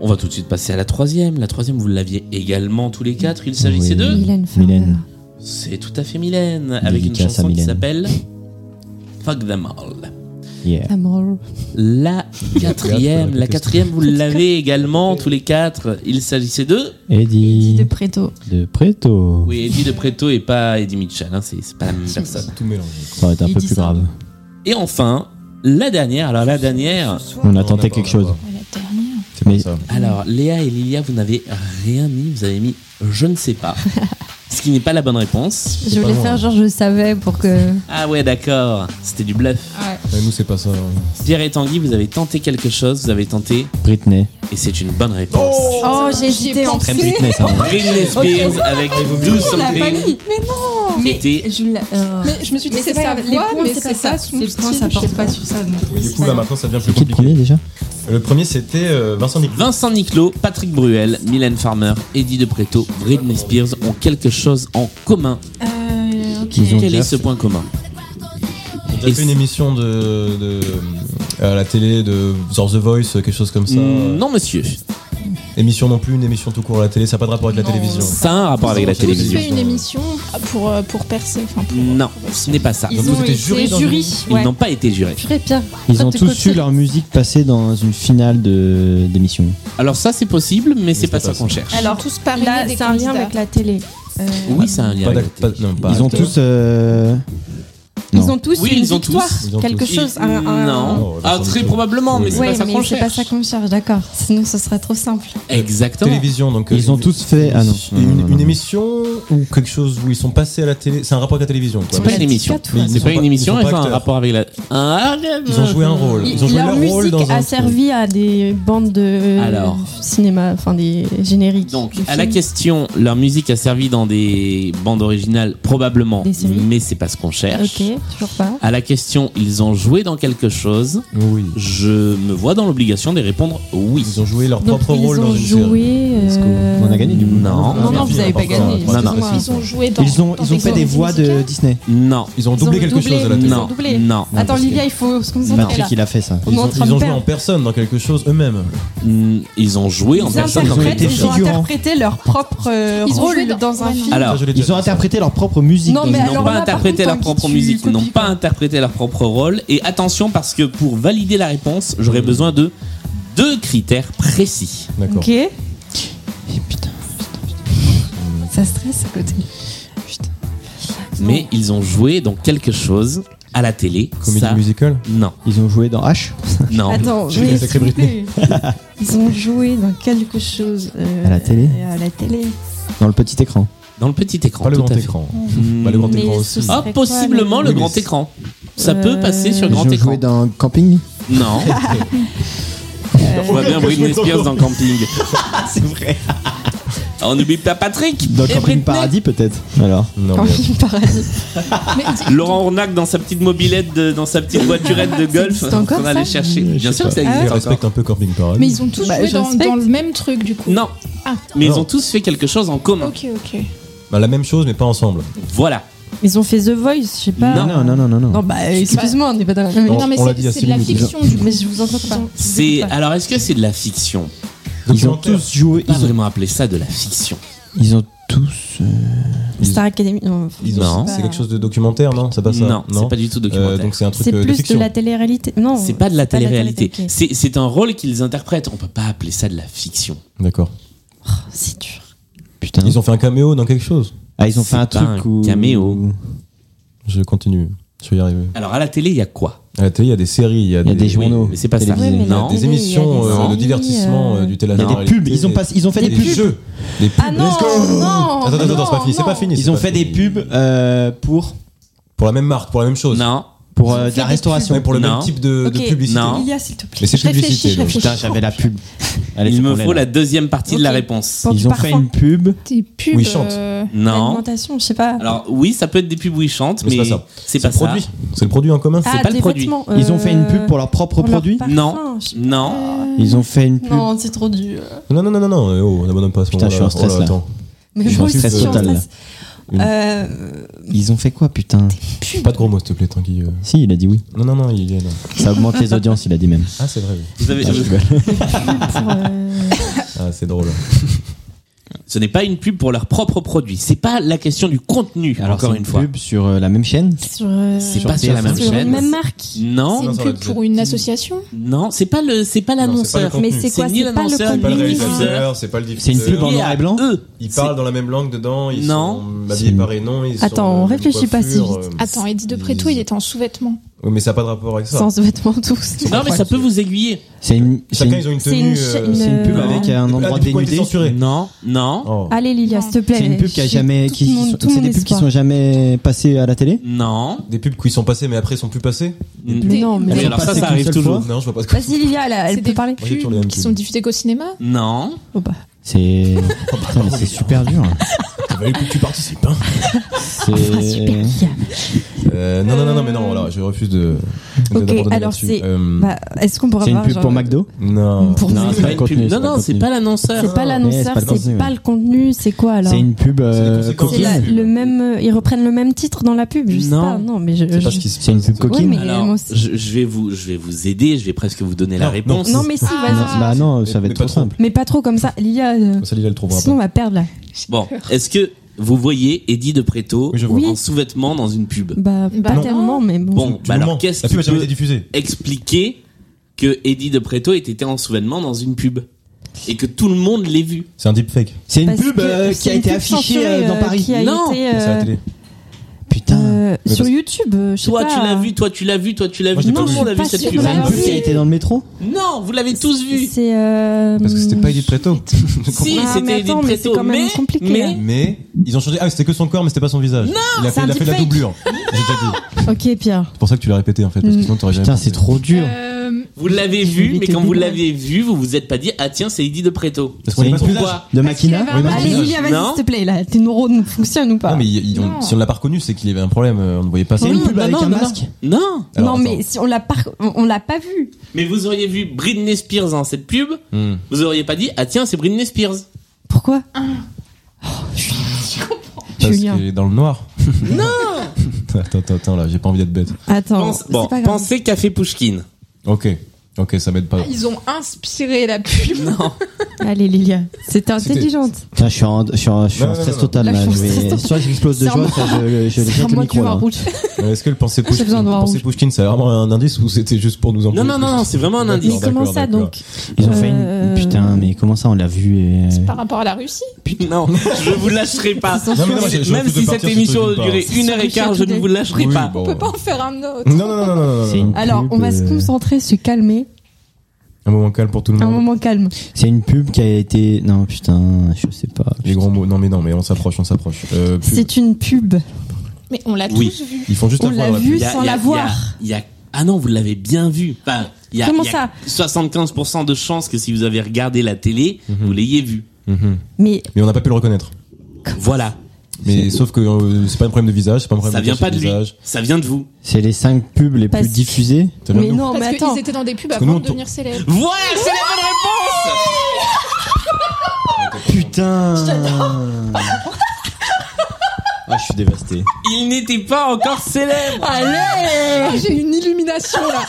On va tout de suite passer à la troisième. La troisième, vous l'aviez également tous les quatre. Il s'agissait de Mylène Farmer. Mylène. c'est tout à fait Mylène, avec une Dédicace chanson à qui Mylène. s'appelle Fuck Them All. Yeah. Amor. La quatrième, la quatrième, vous l'avez également tous les quatre. Il s'agissait de Eddie De Preto. de Preto. oui Eddie de Preto et pas Eddie Mitchell, hein, c'est c'est pas la même personne. Tout mélangé. Ça aurait été un Il peu dit plus ça. grave. Et enfin la dernière, alors la dernière. On attendait quelque chose. C'est Mais- pas ça. Alors Léa et Lilia, vous n'avez rien mis, vous avez mis je ne sais pas, ce qui n'est pas la bonne réponse. Je voulais pas faire moi. genre je savais pour que. Ah ouais d'accord, c'était du bluff. Ouais, nous, c'est pas ça. Pierre et Tanguy, vous avez tenté quelque chose, vous avez tenté Britney. et c'est une bonne réponse. Oh, j'ai hésité en Très Britney, ça. hein. Britney Spears avec Do Oh Something Mais non était Je l'a- euh, Mais je me suis dit, Mais c'est c'est pas sa grave, voix, les points, mais c'est c'est pas ça. ça son Les points, ça style. je porte sais pas pas. sur ça. non. Du coup, là, maintenant, ça devient plus C'est qui le compliqué. premier déjà Le premier, c'était euh, Vincent Niclot. Vincent Niclot, Patrick Bruel, Mylène Farmer, Eddie De Preto, Britney Spears ont quelque chose en commun. Euh, ok. Ils ont Quel déjà est ce point commun On a fait une émission de, de- euh, à la télé de genre The Voice, quelque chose comme ça. Non, monsieur. Émission non plus, une émission tout court à la télé. Ça n'a pas de rapport avec la télévision. Ça a un rapport avec la Ils Ils ont télévision. Hmm. fait une émission pour, euh, pour percer. enfin, pour- Non, ce n'est pas ça. Ils Donc, vous étiez jury dans Ils n'ont pas été jurés. Purée, Pierre. Ils Toi, ont tu tous cotes- eu leur musique passée dans une finale de d'émission. Alors ça, c'est possible, mais c'est c'est pas pas ça ça. qu'on cherche. Alors, tous parrainés Là, des c'est un lien candidats. avec la télé. Euh, Oui, c'est un lien. Pas avec d'ac- la pas- télé. non, pas Ils ont tous. euh, Ils Non. ont tous Oui, eu une ils ont victoire. tous. Ils ont Quelque tous. chose. un- un- Non. Oh, Ah, Vincent très Niclot. probablement, mais Oui, c'est Ouais, pas ça mais qu'on c'est pas cherche. ça qu'on cherche, d'accord. Sinon, ce serait trop simple. Exactement. Télévision, donc. Ils euh, ont tous fait- ah non. Une, Non, non, non, une non. émission ou quelque chose où ils sont passés à la télé. C'est un rapport avec la télévision, quoi. C'est pas Ouais, une émission. c'est Mais ils C'est sont pas une émission, ils sont elle pas fait un acteurs. rapport avec la. Ah, Ils ont joué un rôle. Ils ont joué leur leur rôle musique dans un. a servi à des bandes de Alors. cinéma, enfin des génériques. Donc, de à la films. question, leur musique a servi dans des bandes originales, probablement, Des séries. mais c'est pas ce qu'on cherche. Ok, toujours pas. À la question, ils ont joué dans quelque chose, Oui. je me vois dans l'obligation de répondre oui. Ils ont joué leur Donc propre ils rôle dans ont une série. joué. Est-ce euh, qu'on a gagné du coup Non. Non, non, vous avez pas gagné. Non, non. excuse-moi. Ils ont joué dans. Ils ont, dans ils ont fait des comédies voix de musicales. Disney. Non. Ils ont doublé quelque chose à la télé. ils ont Non. doublé. Non. Attends, parce Olivia, il faut se concentrer Patrick, là. il a fait ça. On est en train Ils de ont joué en perdre. personne dans quelque chose eux-mêmes. Mm, Ils ont joué en Ils personne dans interprètent, été quelque ils ont chose. figurants. interprété leur propre euh, Ils ont rôle joué dans, dans- un ouais, film. Alors, Ça, je l'ai Ils déjà ont fait. interprété leur propre musique. Non, dans mais une- Ils n'ont alors pas là, par interprété contre, leur Tanguy, propre tu musique, ils n'ont copies, pas quoi. interprété leur propre rôle. Et attention, parce que pour valider la réponse, Mmh. j'aurais besoin de deux critères précis. D'accord. Ok, Eh, Putain. ça stresse à côté. Mmh. Mais ils ont joué dans quelque chose à la télé. Comédie ça, musicale non, Ils ont joué dans H. non. Attends, J'ai mais consacré s'il vous plaît. ils ont joué dans quelque chose euh, À la télé À la télé. Dans le petit écran. Dans le petit écran. Pas le tout grand à fait. écran. Pas le grand Mais écran ce aussi. serait Ah, quoi, possiblement le Oui, mais grand c'est- écran. Ça peut passer sur Mmh. Euh, grand ils ont écran. joué dans Camping. Non. On voit bien Britney Spears dans Camping. C'est vrai. Ah, On n'oublie pas Patrick. Dans et Camping Britney. Paradis peut-être. Alors. Non, Quand mais il paradis. Laurent Ornac dans sa petite mobilette, de- dans sa petite voiturette de golf. existe encore, On allait ça chercher. Je Bien sais sûr que ça pas. existe. Je encore. respecte un peu Camping Paradis. Mais ils ont tous Bah, joué je dans, respecte. dans le même truc du coup. Non. Ah. Mais ils Non. ont tous fait quelque chose en commun. Ok, ok. Bah, la même chose, mais pas ensemble. Voilà. Ils ont fait The Voice, je sais pas. Non, non, non, non, non. Non, bah excuse-moi, on n'est pas dans la même. On- non, mais on l'a c'est dit à c'est de la Céline déjà. fiction du coup. Mais je vous entends pas. C'est alors est-ce que c'est de la fiction Ils ont tous joué. Pas Ils ont, vraiment appelé ça de la fiction. ils ont tous. euh, Star Academy. non. Ils ont- Non. C'est quelque chose de documentaire, non C'est pas ça Non, c'est pas du tout Euh, documentaire. donc c'est un truc C'est euh, de plus de, fiction. la télé-réalité. Non. c'est pas de la télé-réalité. télé- ok. C'est c'est un rôle qu'ils interprètent. On peut pas appeler ça de la fiction. D'accord. Hein Oh, C'est dur. Putain. Ils ont fait un caméo dans quelque chose. Ah, ils ont C'est fait un pas truc un où. caméo. Je continue. Je vais y arriver. Alors à la télé, il y a quoi À la télé, il y a des séries, il y a, des journaux. mais c'est pas ça. télévision, Ouais, mais il y a non. des émissions Il y a des euh, séries, de divertissement euh, euh, du téléphone. Il y a des pubs, ils ont pas- ils ont fait des pubs. jeux. Des pubs. Ah non, non, Attends, mais attends, attends, c'est pas non, fini, c'est pas non. fini. Ils c'est ont pas fait fini. des pubs euh, pour pour la même marque, pour la même chose. Non. Pour euh, de la restauration. Ouais, pour le même type de, de Ok. publicité. Non. Lilia, s'il te plaît. Mais c'est Je réfléchis, publicité. je donc. réfléchis. Putain, j'avais la pub. Allez, Il c'est me qu'on l'ait, faut là. la deuxième partie de la réponse. Pour du Ils ont fait parfum. une pub. Des pubs. euh, Où ils chantent. Non. Alimentation, je sais pas. Alors oui, ça peut être des pubs où ils chantent, Mais mais, c'est pas ça. c'est pas le produit. ça. C'est le produit en commun. Ah, c'est pas le des produit. vêtements, Ils ont fait une euh, pub pour leurs propres pour leur produits. parfum, Non, je- non. Ils ont fait une pub. Non, c'est trop dur. Non, non, non, non, non, euh, oh, on abandonne pas à ce Putain, moment-là. je suis en stress, Oh là. attends. Mais Je suis moi en aussi, stress je suis en total, là. stress. Euh, Ils ont fait quoi, putain Pas de gros mots, s'il te plaît, Tanguy. euh. Si, il a dit oui. Non, non, non, il y a. non. Ça augmente les audiences, il a dit même. Ah, c'est vrai. oui. Vous avez- Ah, je rigole. pour, euh, Ah, c'est drôle. Ce n'est pas une pub pour leur propre produit. C'est pas la question du contenu. Alors, encore c'est une fois, pub sur euh, la même chaîne. sur, euh, c'est pas sur la même sur la chaîne. même marque. C'est Non, une ça pub va, pour une association non, c'est pas le, c'est pas Non, l'annonceur. c'est pas le Mais contenu. c'est quoi C'est ni C'est pas l'annonceur, le ni Pas le le contenu. réalisateur. réalisateur, c'est pas le C'est une pub diffuseur. en noir et blanc. Eux. Ils parlent dans la même langue dedans, Non. ils sont habillés C'est- pareil, non, ils Attends, sont, on euh, même réfléchit pas si coiffure, vite. euh, Attends, Eddie de Préto, il était en sous-vêtements. Oui, mais ça n'a pas de rapport avec ça. Sans vêtements tous. Non, mais ça peut vous aiguiller. C'est une, c'est Chacun, une, ils ont une C'est tenue. une cha- euh, une- c'est une pub Non. avec un endroit Ah, des fois, ils étaient dénudé. censurés. Non, non, Oh. Allez Lilia, Non. s'il te plaît. C'est une pub qui a J'ai jamais, tout qui, mon- qui sont- tout c'est mon des pubs qui espoir. sont jamais passées à la télé. non. Des pubs qui sont passées mais après ils sont plus passées Mais non, mais Oui, Elles alors sont ça, passées ça qu'une arrive seule toujours. Non, je vois pas de quoi. Vas-y Lilia, elle, a- elle C'est peut des parler. Moi, j'ai toujours les mêmes Qui sont pubs. diffusées qu'au cinéma Non. Oh bah. C'est, putain, mais c'est super dur. Ah bah, écoute, tu participes, hein. C'est, Euh, non, non, non, non, mais non, alors je refuse de. de- Ok, d'abandonner alors là-dessus. c'est- Euh, Bah, Est-ce qu'on pourra c'est une voir, pub genre, pour McDo. Non. Pour- Non, c'est c'est pas le une pub. contenu, Non, c'est pas non, le Eh, c'est contenu. pas l'annonceur. C'est pas Mais l'annonceur, c'est pas le contenu, c'est pas ouais. le contenu, c'est quoi alors C'est une pub euh, C'est des C'est la- coquines. le même, ils reprennent le même titre dans la pub, je sais Non. pas. Non, mais je. C'est pas je- ce qui se C'est une pub passe. Ouais, coquine. mais moi Alors, aussi. je, je vais vous, je vais vous aider. Je vais presque vous donner la Non, réponse. Non, mais si, vas-y. Non, bah non, ça va Mais être pas trop trop. simple. Mais pas trop comme ça, Lilia. euh, Comme ça, Lila, elle le trouvera Sinon, on pas. va perdre là. Bon, est-ce que vous voyez Eddie de Préto Oui, je vois. Oui. en sous-vêtements dans une pub Bah, Bah pas non. tellement, mais bon. Bon, Du bah alors moment. qu'est-ce La pub qui a jamais été peut diffusée. expliquer que Eddie de Préto était en sous-vêtements dans une pub et que tout le monde l'ait vu C'est un deepfake. C'est une Parce pub que euh, c'est qui a une été pub affichée censurée, euh, dans euh, Paris. qui a Non, été, C'est à euh, la télé. Putain. euh, Mais sur parce- YouTube, euh, je sais Toi, pas. tu l'as vu, toi, tu l'as vu, toi, tu l'as Moi, vu. j'ai Tout le pas vu. monde a Je vu suis cette pas pub. sûre C'est une Alors, pub qui a oui. été dans le métro. Non, vous l'avez tous vu. C'est. euh, Parce que c'était pas Edith Preto. Si, Ah, mais c'était Eddie de attends, mais c'est Préto, quand même mais, compliqué, hein. là. mais Mais ils ont changé. Ah, c'était que son corps, mais c'était pas son visage. il a c'est fait, un il a fait de la deepfake. doublure. J'ai déjà dit. Ok, Pierre. C'est pour ça que tu l'as répété en fait, parce que sinon t'aurais jamais. Putain, c'est pensé. trop dur. Euh, vous l'avez Je vu, vais mais te quand vous dire. l'avez vu, vous vous êtes pas dit ah tiens c'est Eddie de Préto. Parce qu'on a pas son visage. De Parce qu'il y Makina avait un Oui, Allez, Maquina. Lilia, vas-y, Non. s'il te plaît, là. Tes neurones fonctionnent ou pas Non, mais il- il- on- Non. si on l'a pas reconnu, c'est qu'il y avait un problème. euh, On ne voyait pas ça. C'est une Oui, pub bah avec non, un non, masque. Non, Alors, non, mais attends. si on l'a pas, on, on l'a pas vu. mais vous auriez vu Britney Spears dans cette pub, Hmm. vous auriez pas dit ah tiens c'est Britney Spears. Pourquoi Parce Julien. qu'il est dans le noir. Non Attends, attends, attends, là, j'ai pas envie d'être bête. Attends, Pense- c'est bon, pas grave. pensez Café Pouchkine. Ok, ok, ça m'aide pas. Ils ont inspiré la pub. Non, Allez, Lilia, c'était C'était- intelligente. Putain, je suis en, je suis en, je suis Non, en non, stress non. total Là, là. je suis Je en stress vais- total. Soit j'explose de C'est à joie, moi. soit je, je C'est à jette le moi que tu vois micro hein. là. rouge. Euh, Est-ce que le penser Ah, J'ai besoin de Pouchkine, voir penser rouge. Pouchkine, c'est vraiment un indice ou c'était juste pour nous en non, non, non, non, c'est vraiment un indice. Mais comment ça donc Ils ont fait Euh, une. Putain, mais comment ça on l'a vu et... C'est par rapport à la Russie Non, je vous lâcherai pas. Non, mais non, j'ai- j'ai Même envie de si cette partir, émission je te dis durait pas. une heure et quart, je ne vous lâcherai Oui, pas. bon. On peut pas en faire un autre. Oh. Non, non, non, non, non, non, C'est non. une Alors, pub, on va se euh, concentrer, se calmer. Un moment calme pour tout le Un monde. moment calme. C'est une pub qui a été. Non, putain, je sais pas. Les grands mots. Non, mais non, mais on s'approche, on s'approche. Euh, pub. C'est une pub. Mais on l'a Oui. tous vu. Ils font juste On un point l'a dans la vu pub. Il y a- sans il y a- la il y a- voir. il y a- Ah non, vous l'avez bien vu. Enfin, il y a, Comment il y a ça 75% de chances que si vous avez regardé la télé, vous l'ayez vu. Mhm. Mais Mais on n'a pas pu le reconnaître. Voilà. Mais sauf que euh, c'est pas un problème de visage, c'est pas un problème Ça de vient cachet pas de lui. visage. Ça vient de vous. C'est les 5 pubs les Parce- plus diffusées. Ça vient mais de nous. non, mais Parce attends. qu'ils étaient dans des pubs Parce que avant nous, de on- devenir célèbres. Voilà, c'est la bonne réponse Putain Ah, je suis dévasté. Il n'était pas encore célèbre. Ah, J'ai une illumination là.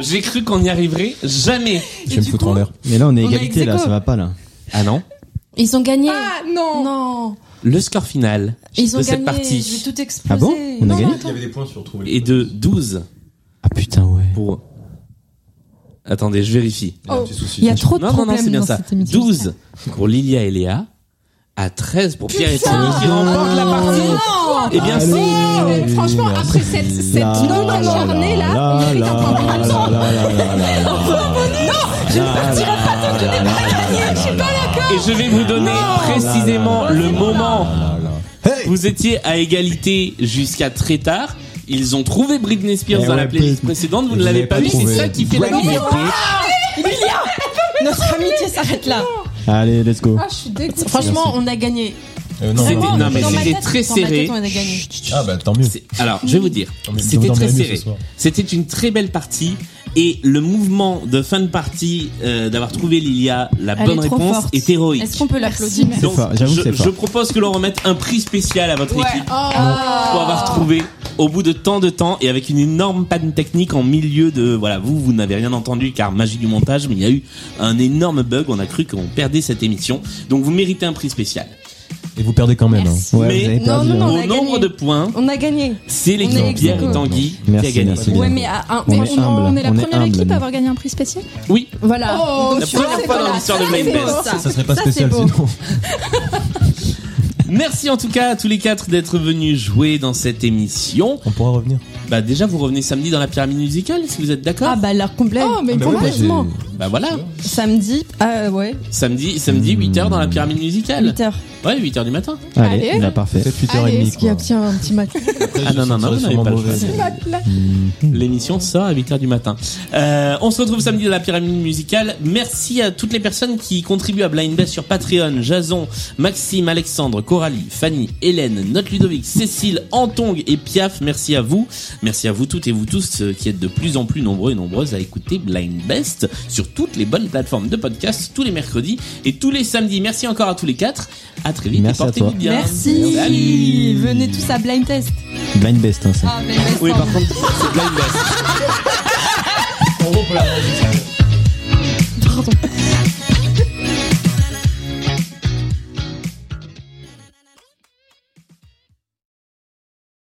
J'ai cru qu'on n'y arriverait jamais. Je vais me foutre en l'air. Mais là, on est On a égalité, là, ex-aequo. ça va pas, là. Ah non Ils ont gagné. Ah non. non. Le score final Ils ont de gagné. cette partie Je vais tout exploser. Ah bon On a Non, gagné Il y avait des points sur trouver. est de 12 Ah, putain, ouais. pour... Attendez, je vérifie. Oh. Il y a trop de Non, non, non, problèmes c'est bien dans ça. cette émission. 12 pour Lilia et Léa, à 13 pour Pierre et Putain Tony qui remporte la Non partie. Eh bien, Allez. c'est. Mais franchement, après cette, cette longue journée là, Je ne partirai pas tant que je n'ai pas gagné, je suis pas d'accord. Et je vais vous donner précisément le moment. Vous étiez à égalité jusqu'à très tard. Ils ont trouvé Britney Spears Eh dans ouais, la playlist précédente, vous ne l'avez pas, pas vu, c'est trouvé. ça qui fait la Britney différence. Notre amitié s'arrête là. Allez, let's go. Ah, je suis dégoûtée. Franchement, on a gagné. Euh, C'était- non, mais Dans ma c'était tête- très dans ma tête, serré. on a gagné. Ah bah tant mieux. Alors, je vais vous dire, mais c'était dans très la nuit, serré. ce soir. C'était une très belle partie et le mouvement de fin de partie euh, d'avoir trouvé Lilia la Elle bonne est trop réponse forte. est héroïque. Est-ce qu'on peut l'applaudir C'est fort, j'avoue, je, c'est fort. je propose que l'on remette un prix spécial à votre Ouais. équipe Oh. pour avoir trouvé au bout de tant de temps et avec une énorme panne technique en milieu de voilà vous vous n'avez rien entendu car magie du montage mais il y a eu un énorme bug on a cru qu'on perdait cette émission donc vous méritez un prix spécial Et vous perdez quand même. hein. mais perdu, Non, non, non, hein. on au a nombre de points On a gagné. c'est On est l'équipe ex Pierre aequo. et Tanguy Merci, qui a gagné merci. Ouais, mais ah, à un. mais On on, est humble, on est la on est première humble, équipe nous. à avoir gagné un prix spécial. oui Voilà. Oh, la tu vois, première c'est fois voilà. dans l'histoire de Ça, Blind c'est beau, Best ça. Ça serait pas Ça, spécial c'est beau. sinon. Merci en tout cas à tous les quatre d'être venus jouer dans cette émission. On pourra revenir. Bah déjà vous revenez samedi dans la pyramide musicale si vous êtes d'accord. Ah, bah, l'heure complète. Oh, mais Ah bah oui, moi, j'ai- complètement. Bah voilà, Samedi. Ah, ouais. samedi samedi 8h dans la pyramide musicale. 8h. Ouais, 8h du matin. Allez, Allez. bah, parfait. Peut-être Allez, est-ce 8h30 qu'il y a quoi. bien un petit match Ah non non non, Ça vous serait n'avez pas le sûrement choix. mauvais. L'émission sort à 8h du matin. Euh, on se retrouve samedi dans la pyramide musicale. Merci à toutes les personnes qui contribuent à Blind Best sur Patreon. Jason, Maxime, Alexandre, Coralie, Fanny, Hélène, Note Ludovic, Cécile, Antong et Piaf. Merci à vous. Merci à vous toutes et vous tous euh, qui êtes de plus en plus nombreux et nombreuses à écouter Blind Best sur toutes les bonnes plateformes de podcast tous les mercredis et tous les samedis. Merci encore à tous les quatre. À très vite. Merci et à portez-vous toi. bien. Merci. Salut. Venez tous à Blind Test. Blind best, hein, ça. Ah, Blind Test. Oui, par contre, c'est Blind Best.